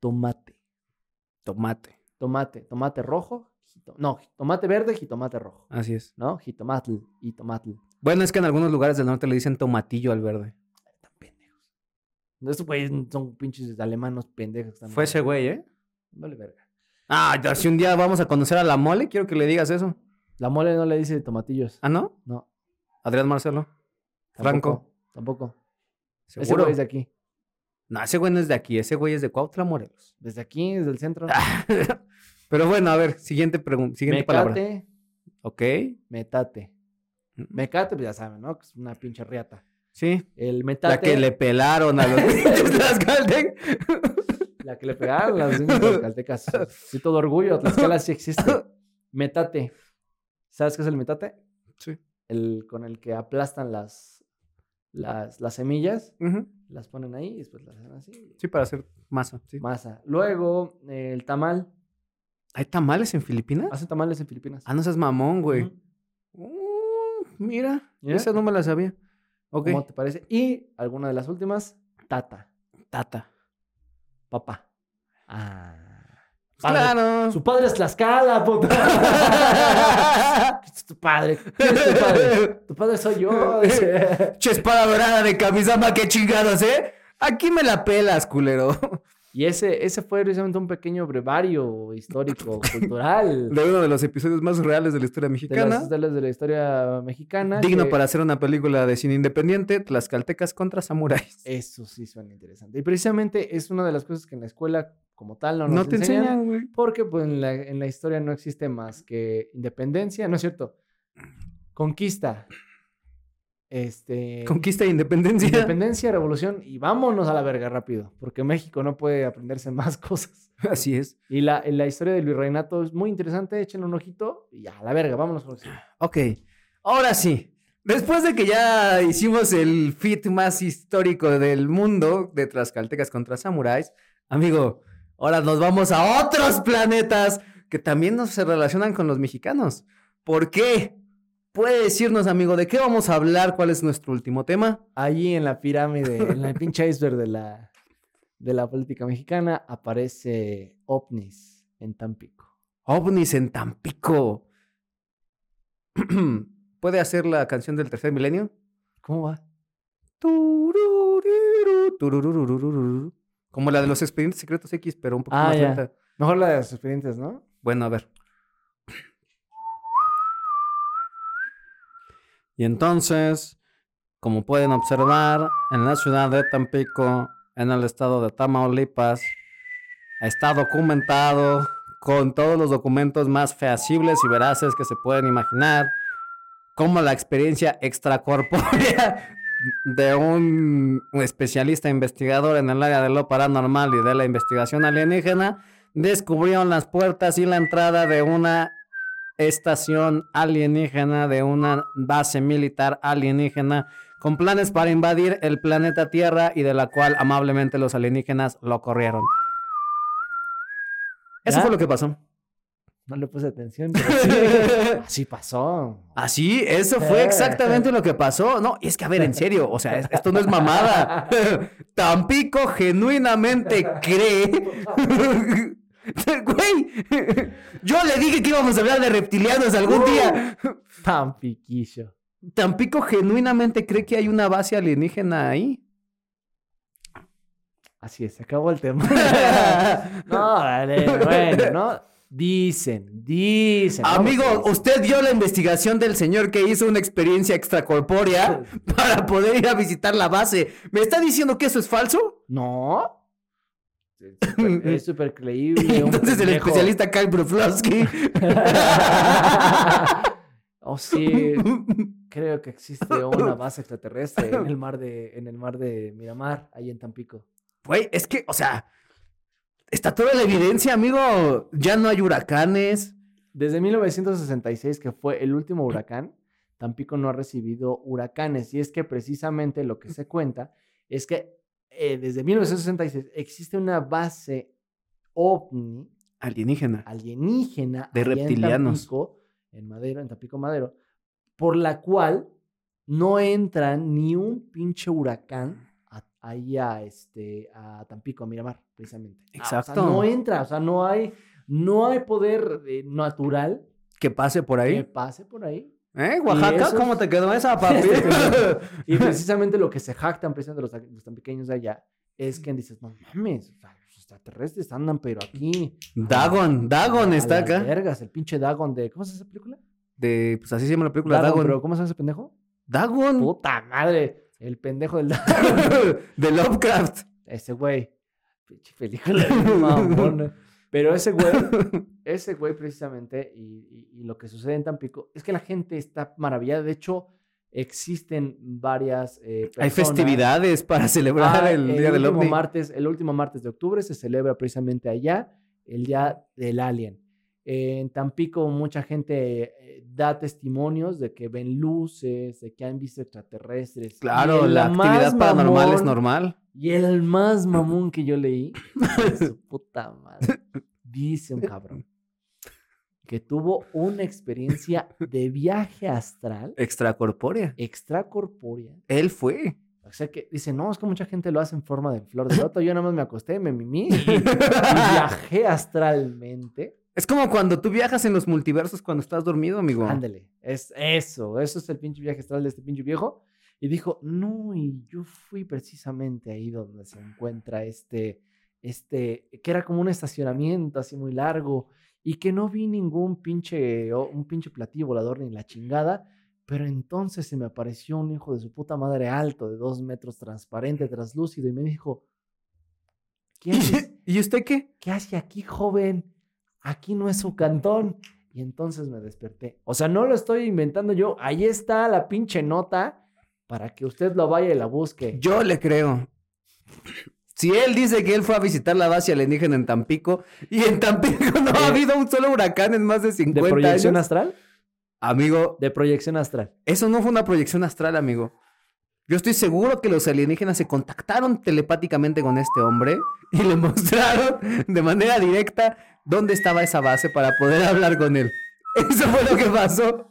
tomate.
Tomate.
Tomate, tomate rojo, jito- no, tomate verde, jitomate rojo,
Así es.
¿no? Jitomatl y tomatl.
Bueno, es que en algunos lugares del norte le dicen tomatillo al verde.
Están pendejos. Estos güeyes son pinches alemanos pendejos también.
Fue ese güey, ¿eh?
Vale verga.
Ah, ya, si un día vamos a conocer a la mole, quiero que le digas eso.
La mole no le dice tomatillos.
¿Ah, no?
No.
Adrián Marcelo. Franco.
Tampoco. Tampoco. Ese
¿Seguro?
güey es de aquí.
No, ese güey no es de aquí, ese güey es de Cuautla, Morelos.
Desde aquí, desde el centro.
Pero bueno, a ver, siguiente pregunta, Ah, siguiente
Mecate,
palabra. Ok.
metate.
Mm.
Mecate, pues ya saben, ¿no? Que es una pinche riata.
Sí.
El metate.
La que le pelaron a los pinches tlaxcaltecas.
la que le pegaron las niñas tlaxcaltecas. Sí, todo orgullo. Tlaxcala sí existe. Metate. ¿Sabes qué es el metate?
Sí.
El con el que aplastan las, las, las semillas
Ujú.
las ponen ahí y después las hacen así.
Sí, para hacer masa. sí.
Masa. Luego, eh, el tamal.
¿Hay tamales en Filipinas?
Hacen tamales en Filipinas.
Ah, no seas mamón, güey.
Ujú.
Uh, mira,
Mira.
esa no me la sabía. Ok.
¿Cómo te parece? Y alguna de las últimas, tata,
Tata.
papá. Ah. Padre.
Claro.
Su padre es Tlaxcala, puta. Este Es tu padre. ¿Quién es tu padre? Tu padre soy yo. dice.
Che espada dorada de Kamisama, qué chingados, ¿eh? Aquí me la pelas, culero.
Y ese, ese fue precisamente un pequeño brevario histórico, cultural.
De uno de los episodios más reales de la historia
De las
mexicana.
historias de la historia mexicana.
Digno
que-
para hacer una película de cine independiente, Tlaxcaltecas contra Samuráis.
Eso sí suena interesante. Y precisamente es una de las cosas que en la escuela como tal no
No,
nos
te
enseñan.
enseñan, güey.
Porque pues, en, la, en la historia no existe más que independencia, ¿no es cierto? Conquista. Este.
Conquista e independencia.
Independencia, revolución y vámonos a la verga rápido, porque México no puede aprenderse más cosas.
Así es.
Y la, la historia del virreinato es muy interesante, échenle un ojito y ya, a la verga, vámonos con eso.
Ok, ahora sí. Después de que ya hicimos el fit más histórico del mundo de Tlaxcaltecas contra Samuráis, amigo, ahora nos vamos a otros planetas que también nos se relacionan con los mexicanos. ¿Por qué? Puede decirnos, amigo, de qué vamos a hablar, cuál es nuestro último tema.
Allí en la pirámide, en la pinche iceberg de la, de la política mexicana, aparece ovnis en Tampico.
OVNIs en Tampico. ¿Puede hacer la canción del tercer milenio?
¿Cómo va?
Turururu, tururururururu. Como la de los expedientes secretos X, pero un poco
Ah,
más
ya.
lenta.
Mejor la de los expedientes, ¿no?
Bueno, a ver. Y entonces, como pueden observar, en la ciudad de Tampico, en el estado de Tamaulipas, está documentado con todos los documentos más fehacibles y veraces que se pueden imaginar, como la experiencia extracorpórea de un especialista investigador en el área de lo paranormal y de la investigación alienígena, descubrieron las puertas y la entrada de una estación alienígena, de una base militar alienígena, con planes para invadir el planeta Tierra y de la cual amablemente los alienígenas lo corrieron. Eso
¿Ya?
fue lo que pasó.
No le puse atención, pero sí, sí pasó.
Así, eso fue
Eh.
exactamente lo que pasó. No, es que a ver, en serio, o sea, es- esto no es mamada. Tampico genuinamente cree. Güey, yo le dije que íbamos a hablar de reptilianos algún día.
Tan piquillo.
Tampico genuinamente cree que hay una base alienígena ahí.
Así es, se acabó el tema. no, dale, bueno, ¿no? Dicen, dicen. ¿no?
Amigo,
Porque-
usted vio la investigación del señor que hizo una experiencia extracorpórea para poder ir a visitar la base. ¿Me está diciendo que eso es falso?
No. Es súper- Es súper creíble. un
Entonces el
pendejo.
especialista Kyle Bruflovsky.
oh, sí. Creo que existe una base extraterrestre en el mar de, en el mar de Miramar, ahí en Tampico.
Güey, es que, o sea, está toda la evidencia, amigo. Ya no hay huracanes.
Desde 1966, que fue el último huracán, Tampico no ha recibido huracanes. Y es que precisamente lo que se cuenta es que eh, desde 1966 existe una base ovni
Alienígena.
alienígena
De
allá
reptilianos.
en, Tampico, en Madero, en Tampico Madero, por la cual no entra ni un pinche huracán a- ahí a este a Tampico, a Miramar, precisamente. Ah, o
Exacto.
sea, no entra, o sea, no hay no hay poder eh, natural
Que pase por
que
ahí.
pase por ahí.
¿Eh? ¿Oaxaca?
eso- Este,
¿Cómo te quedó esa, papi?
Y precisamente lo que se jactan precisamente los, ta- los tampiqueños de allá es que dices, no mames, o sea, los extraterrestres andan pero aquí.
Dagon. Dagon
A
está
las
acá.
Vergas, el pinche Dagon de ¿cómo se llama esa película?
De, pues así se llama la película.
Dagon, pero
Dagon. Mm.
¿cómo se llama ese pendejo?
Dagon.
Puta madre. El pendejo del Dagon.
De Lovecraft.
Ese güey. Pinche película. de mamón. Pero ese güey, ese güey precisamente, y, y- y lo que sucede en Tampico, es que la gente está maravillada. De hecho, existen varias eh,
Hay
personas.
festividades para celebrar
Ah,
el Día del
último
Ovni.
martes, El último martes de octubre se celebra precisamente allá el Día del Alien. En Tampico mucha gente eh, da testimonios de que ven luces, de que han visto extraterrestres. Y
Claro,
el
la
más
actividad paranormal es
mamón-
normal.
Y el más mamón que yo leí, hijo de su puta madre, dice un cabrón que tuvo una experiencia de viaje astral
Eh. Extracorpórea.
extracorpórea
Él fue.
o sea que dice, no, es que mucha gente lo hace en forma de flor de loto. Yo nada más me acosté, me mimí y, y viajé astralmente.
Es como cuando tú viajas en los multiversos cuando estás dormido, amigo.
Ándale, es eso, eso es el pinche viaje astral de este pinche viejo. Y dijo, no, y yo fui precisamente ahí donde se encuentra este, este, que era como un estacionamiento así muy largo y que no vi ningún pinche, o- un pinche platillo volador ni la chingada. Pero entonces se me apareció un hijo de su puta madre alto, de dos metros, transparente, translúcido, y me dijo, ¿qué haces?
¿Y, y usted qué?
¿qué hace aquí, joven? Aquí no es su cantón. Y entonces me desperté. O sea, no lo estoy inventando yo. Ahí está la pinche nota para que usted lo vaya y la busque.
Yo le creo. Si él dice que él fue a visitar la base alienígena en Tampico y en Tampico no ha
Eh,
habido un solo huracán en más de
¿De
50
proyección
años.
astral?
Amigo,
De proyección astral.
eso no fue una proyección astral, amigo. Yo estoy seguro que los alienígenas se contactaron telepáticamente con este hombre y le mostraron de manera directa dónde estaba esa base para poder hablar con él. Eso fue lo que pasó.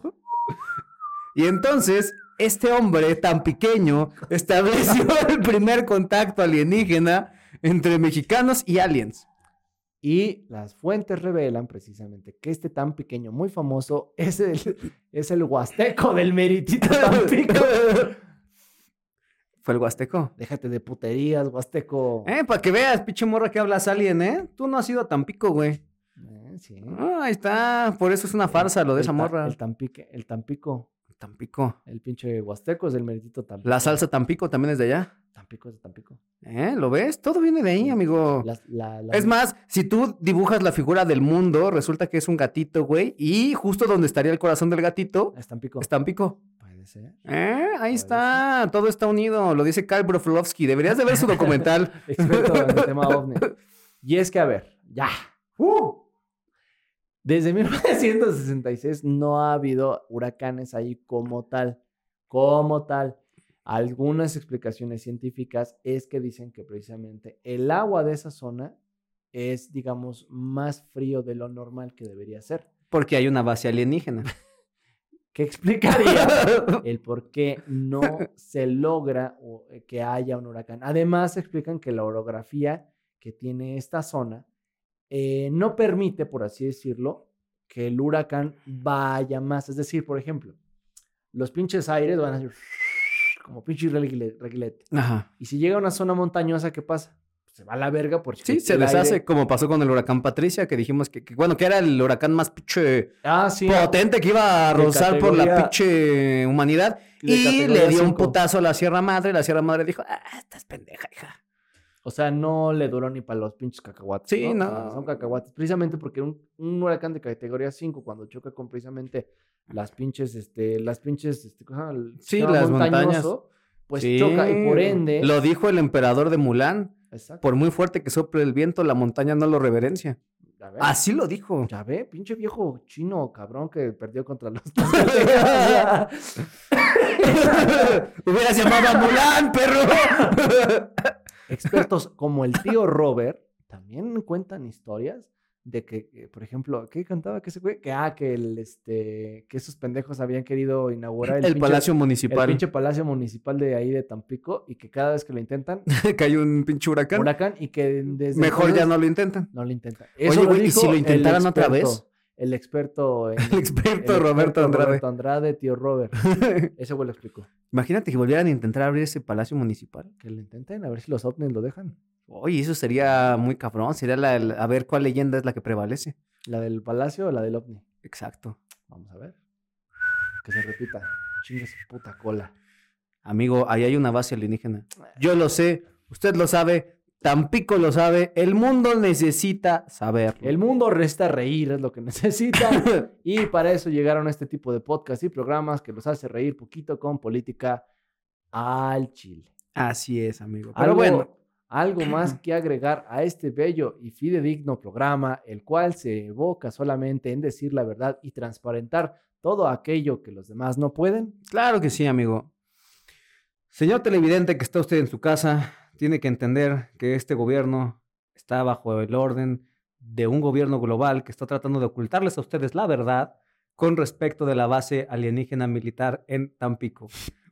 Y entonces, este hombre tan pequeño estableció el primer contacto alienígena entre mexicanos y aliens.
Y las fuentes revelan precisamente que este tan pequeño, muy famoso, es el, es el huasteco del meritito Tampico.
Fue el Huasteco.
Déjate de puterías, Huasteco.
Eh, para que veas, pinche morra que hablas alien, ¿eh? Tú no has ido a Tampico, güey.
Eh, sí.
Ah, ahí está. Por eso es una farsa lo de
El
esa
ta-
morra.
El Tampique, el Tampico,
Tampico.
el pinche Huasteco es del meritito Tampico.
La salsa Tampico también es de allá.
Tampico es de Tampico.
¿Eh? ¿Lo ves? Todo viene de ahí, amigo.
Las- la- la-
Es más, si tú dibujas la figura del mundo, resulta que es un gatito, güey. Y justo donde estaría el corazón del gatito
Es Tampico.
es Tampico.
Puede ser.
¿Eh? Ahí
Puede
está. Todo está unido. Lo dice Karl Broflovsky. Deberías de ver su documental.
experto en el tema ovni. Y es que, a ver, ya. ¡Uh! Desde 1966 no ha habido huracanes ahí como tal, como tal. Algunas explicaciones científicas es que dicen que precisamente el agua de esa zona es, digamos, más frío de lo normal que debería ser.
Porque hay una base alienígena.
¿Qué explicaría el por qué no se logra o- eh, que haya un huracán. Además, explican que la orografía que tiene esta zona eh, no permite, por así decirlo, que el huracán vaya más. Es decir, por ejemplo, los pinches aires van a ser como pinche reguile- reguilete.
Ajá.
Y si llega a una zona montañosa, ¿qué pasa? Se va a la verga porque
Sí, se
el aire-
deshace como pasó con el huracán Patricia, que dijimos que, que, bueno, que era el huracán más pinche
Ah, sí.
potente que iba a
De
rozar por la
categoría-
pinche humanidad.
de
Y
categoría
le dio un
cinco.
putazo a la Sierra Madre. La Sierra Madre dijo, ah, estás pendeja, hija.
O sea, no le duró ni para los pinches cacahuates.
Sí,
O sea,
no.
Son cacahuates. Precisamente porque un, un huracán de categoría 5, cuando choca con precisamente las pinches, este, las pinches, este, ¿cómo se llama? El
Sí,
sistema
las montañas.
montañoso, Pues
Sí.
choca y por ende.
Lo dijo el emperador de Mulán.
Exacto.
Por muy fuerte que sople el viento, la montaña no lo reverencia.
Ya ve,
Así lo dijo.
ya ve, pinche viejo chino cabrón que perdió contra los. Tlaxcaltecas.
Hubiera llamado a Mulán, perro.
Expertos como el tío Robert también cuentan historias de que, eh, por ejemplo, ¿qué cantaba que ese güey? Que ah, que el este, que esos pendejos habían querido inaugurar
El,
el, pinche-
palacio
el
municipal.
pinche palacio municipal de ahí de Tampico y que cada vez que lo intentan,
que hay un pinche huracán.
huracán y que desde
Mejor ya
entonces
no lo intentan.
no lo intentan.
güey, ¿y
dijo
si lo
el
intentaran otra
experto,
vez?
El experto en
El experto Roberto Andrade.
Roberto Andrade, tío Robert. Ese güey lo explicó.
Imagínate que volvieran a intentar abrir ese palacio municipal.
Que lo intenten, a ver si los ovnis lo dejan.
Oye, eso sería muy cabrón. Sería la, la- a ver cuál leyenda es la que prevalece.
La del palacio o la del ovni.
Exacto.
Vamos a ver. Que se repita. Chingue su puta cola.
Amigo, ahí hay una base alienígena.
Ah.
Yo lo sé, usted lo sabe, Tampico lo sabe, el mundo necesita saberlo.
El mundo resta reír, es lo que necesita. y para eso llegaron este tipo de podcasts y programas que los hace reír poquito con política al chile.
Así es, amigo. Pero
Algo,
bueno,
algo más que agregar a este bello y fidedigno programa, el cual se evoca solamente en decir la verdad y transparentar todo aquello que los demás no pueden.
claro que sí, amigo. Señor televidente que está usted en su casa, tiene que entender que este gobierno está bajo el orden de un gobierno global que está tratando de ocultarles a ustedes la verdad con respecto de la base alienígena militar en Tampico.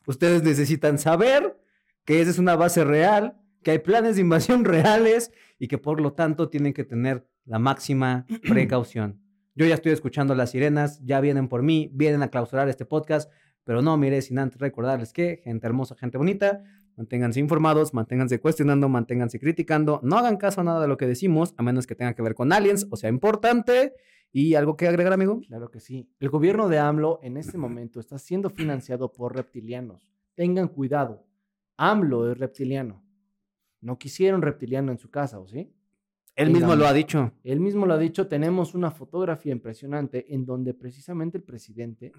Ustedes necesitan saber que esa es una base real, que hay planes de invasión reales y que por lo tanto tienen que tener la máxima precaución. Yo ya estoy escuchando las sirenas, ya vienen por mí, vienen a clausurar este podcast, pero no mire sin antes recordarles que, gente hermosa, gente bonita, manténganse informados, manténganse cuestionando, manténganse criticando, no hagan caso a nada de lo que decimos, a menos que tenga que ver con aliens o sea importante. ¿Y algo que agregar, amigo?
Claro que sí. El gobierno de AMLO en este momento está siendo financiado por reptilianos. Tengan cuidado. AMLO es reptiliano. No quisieron reptiliano en su casa, ¿o sí?
Él
Venga,
mismo lo
amigo.
ha dicho.
Él mismo lo ha dicho, tenemos una fotografía impresionante en donde precisamente el presidente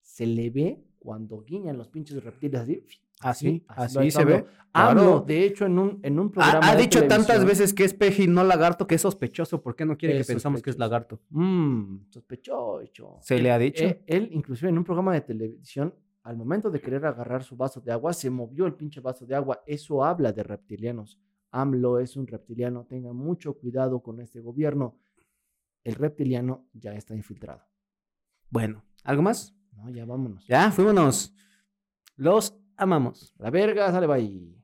se le ve cuando guiñan los pinches reptiles así.
Así, así,
lo ha hecho
se ve.
AMLO. AMLO,
Claro.
de hecho, en un, en un programa.
Ha, ha
de
dicho tantas
televisión,
veces que es peje y no lagarto que es sospechoso. ¿Por qué no quiere
Es
que pensamos que es
sospechoso.
lagarto?
Mmm, sospechoso.
Se le ha dicho.
Eh, él, inclusive en un programa de televisión, al momento de querer agarrar su vaso de agua, se movió el pinche vaso de agua. Eso habla de reptilianos. AMLO es un reptiliano. Tengan mucho cuidado con este gobierno. El reptiliano ya está infiltrado.
Bueno, ¿algo más?
No, ya vámonos.
Ya, fuimos. Los amamos.
La verga, sale, bye.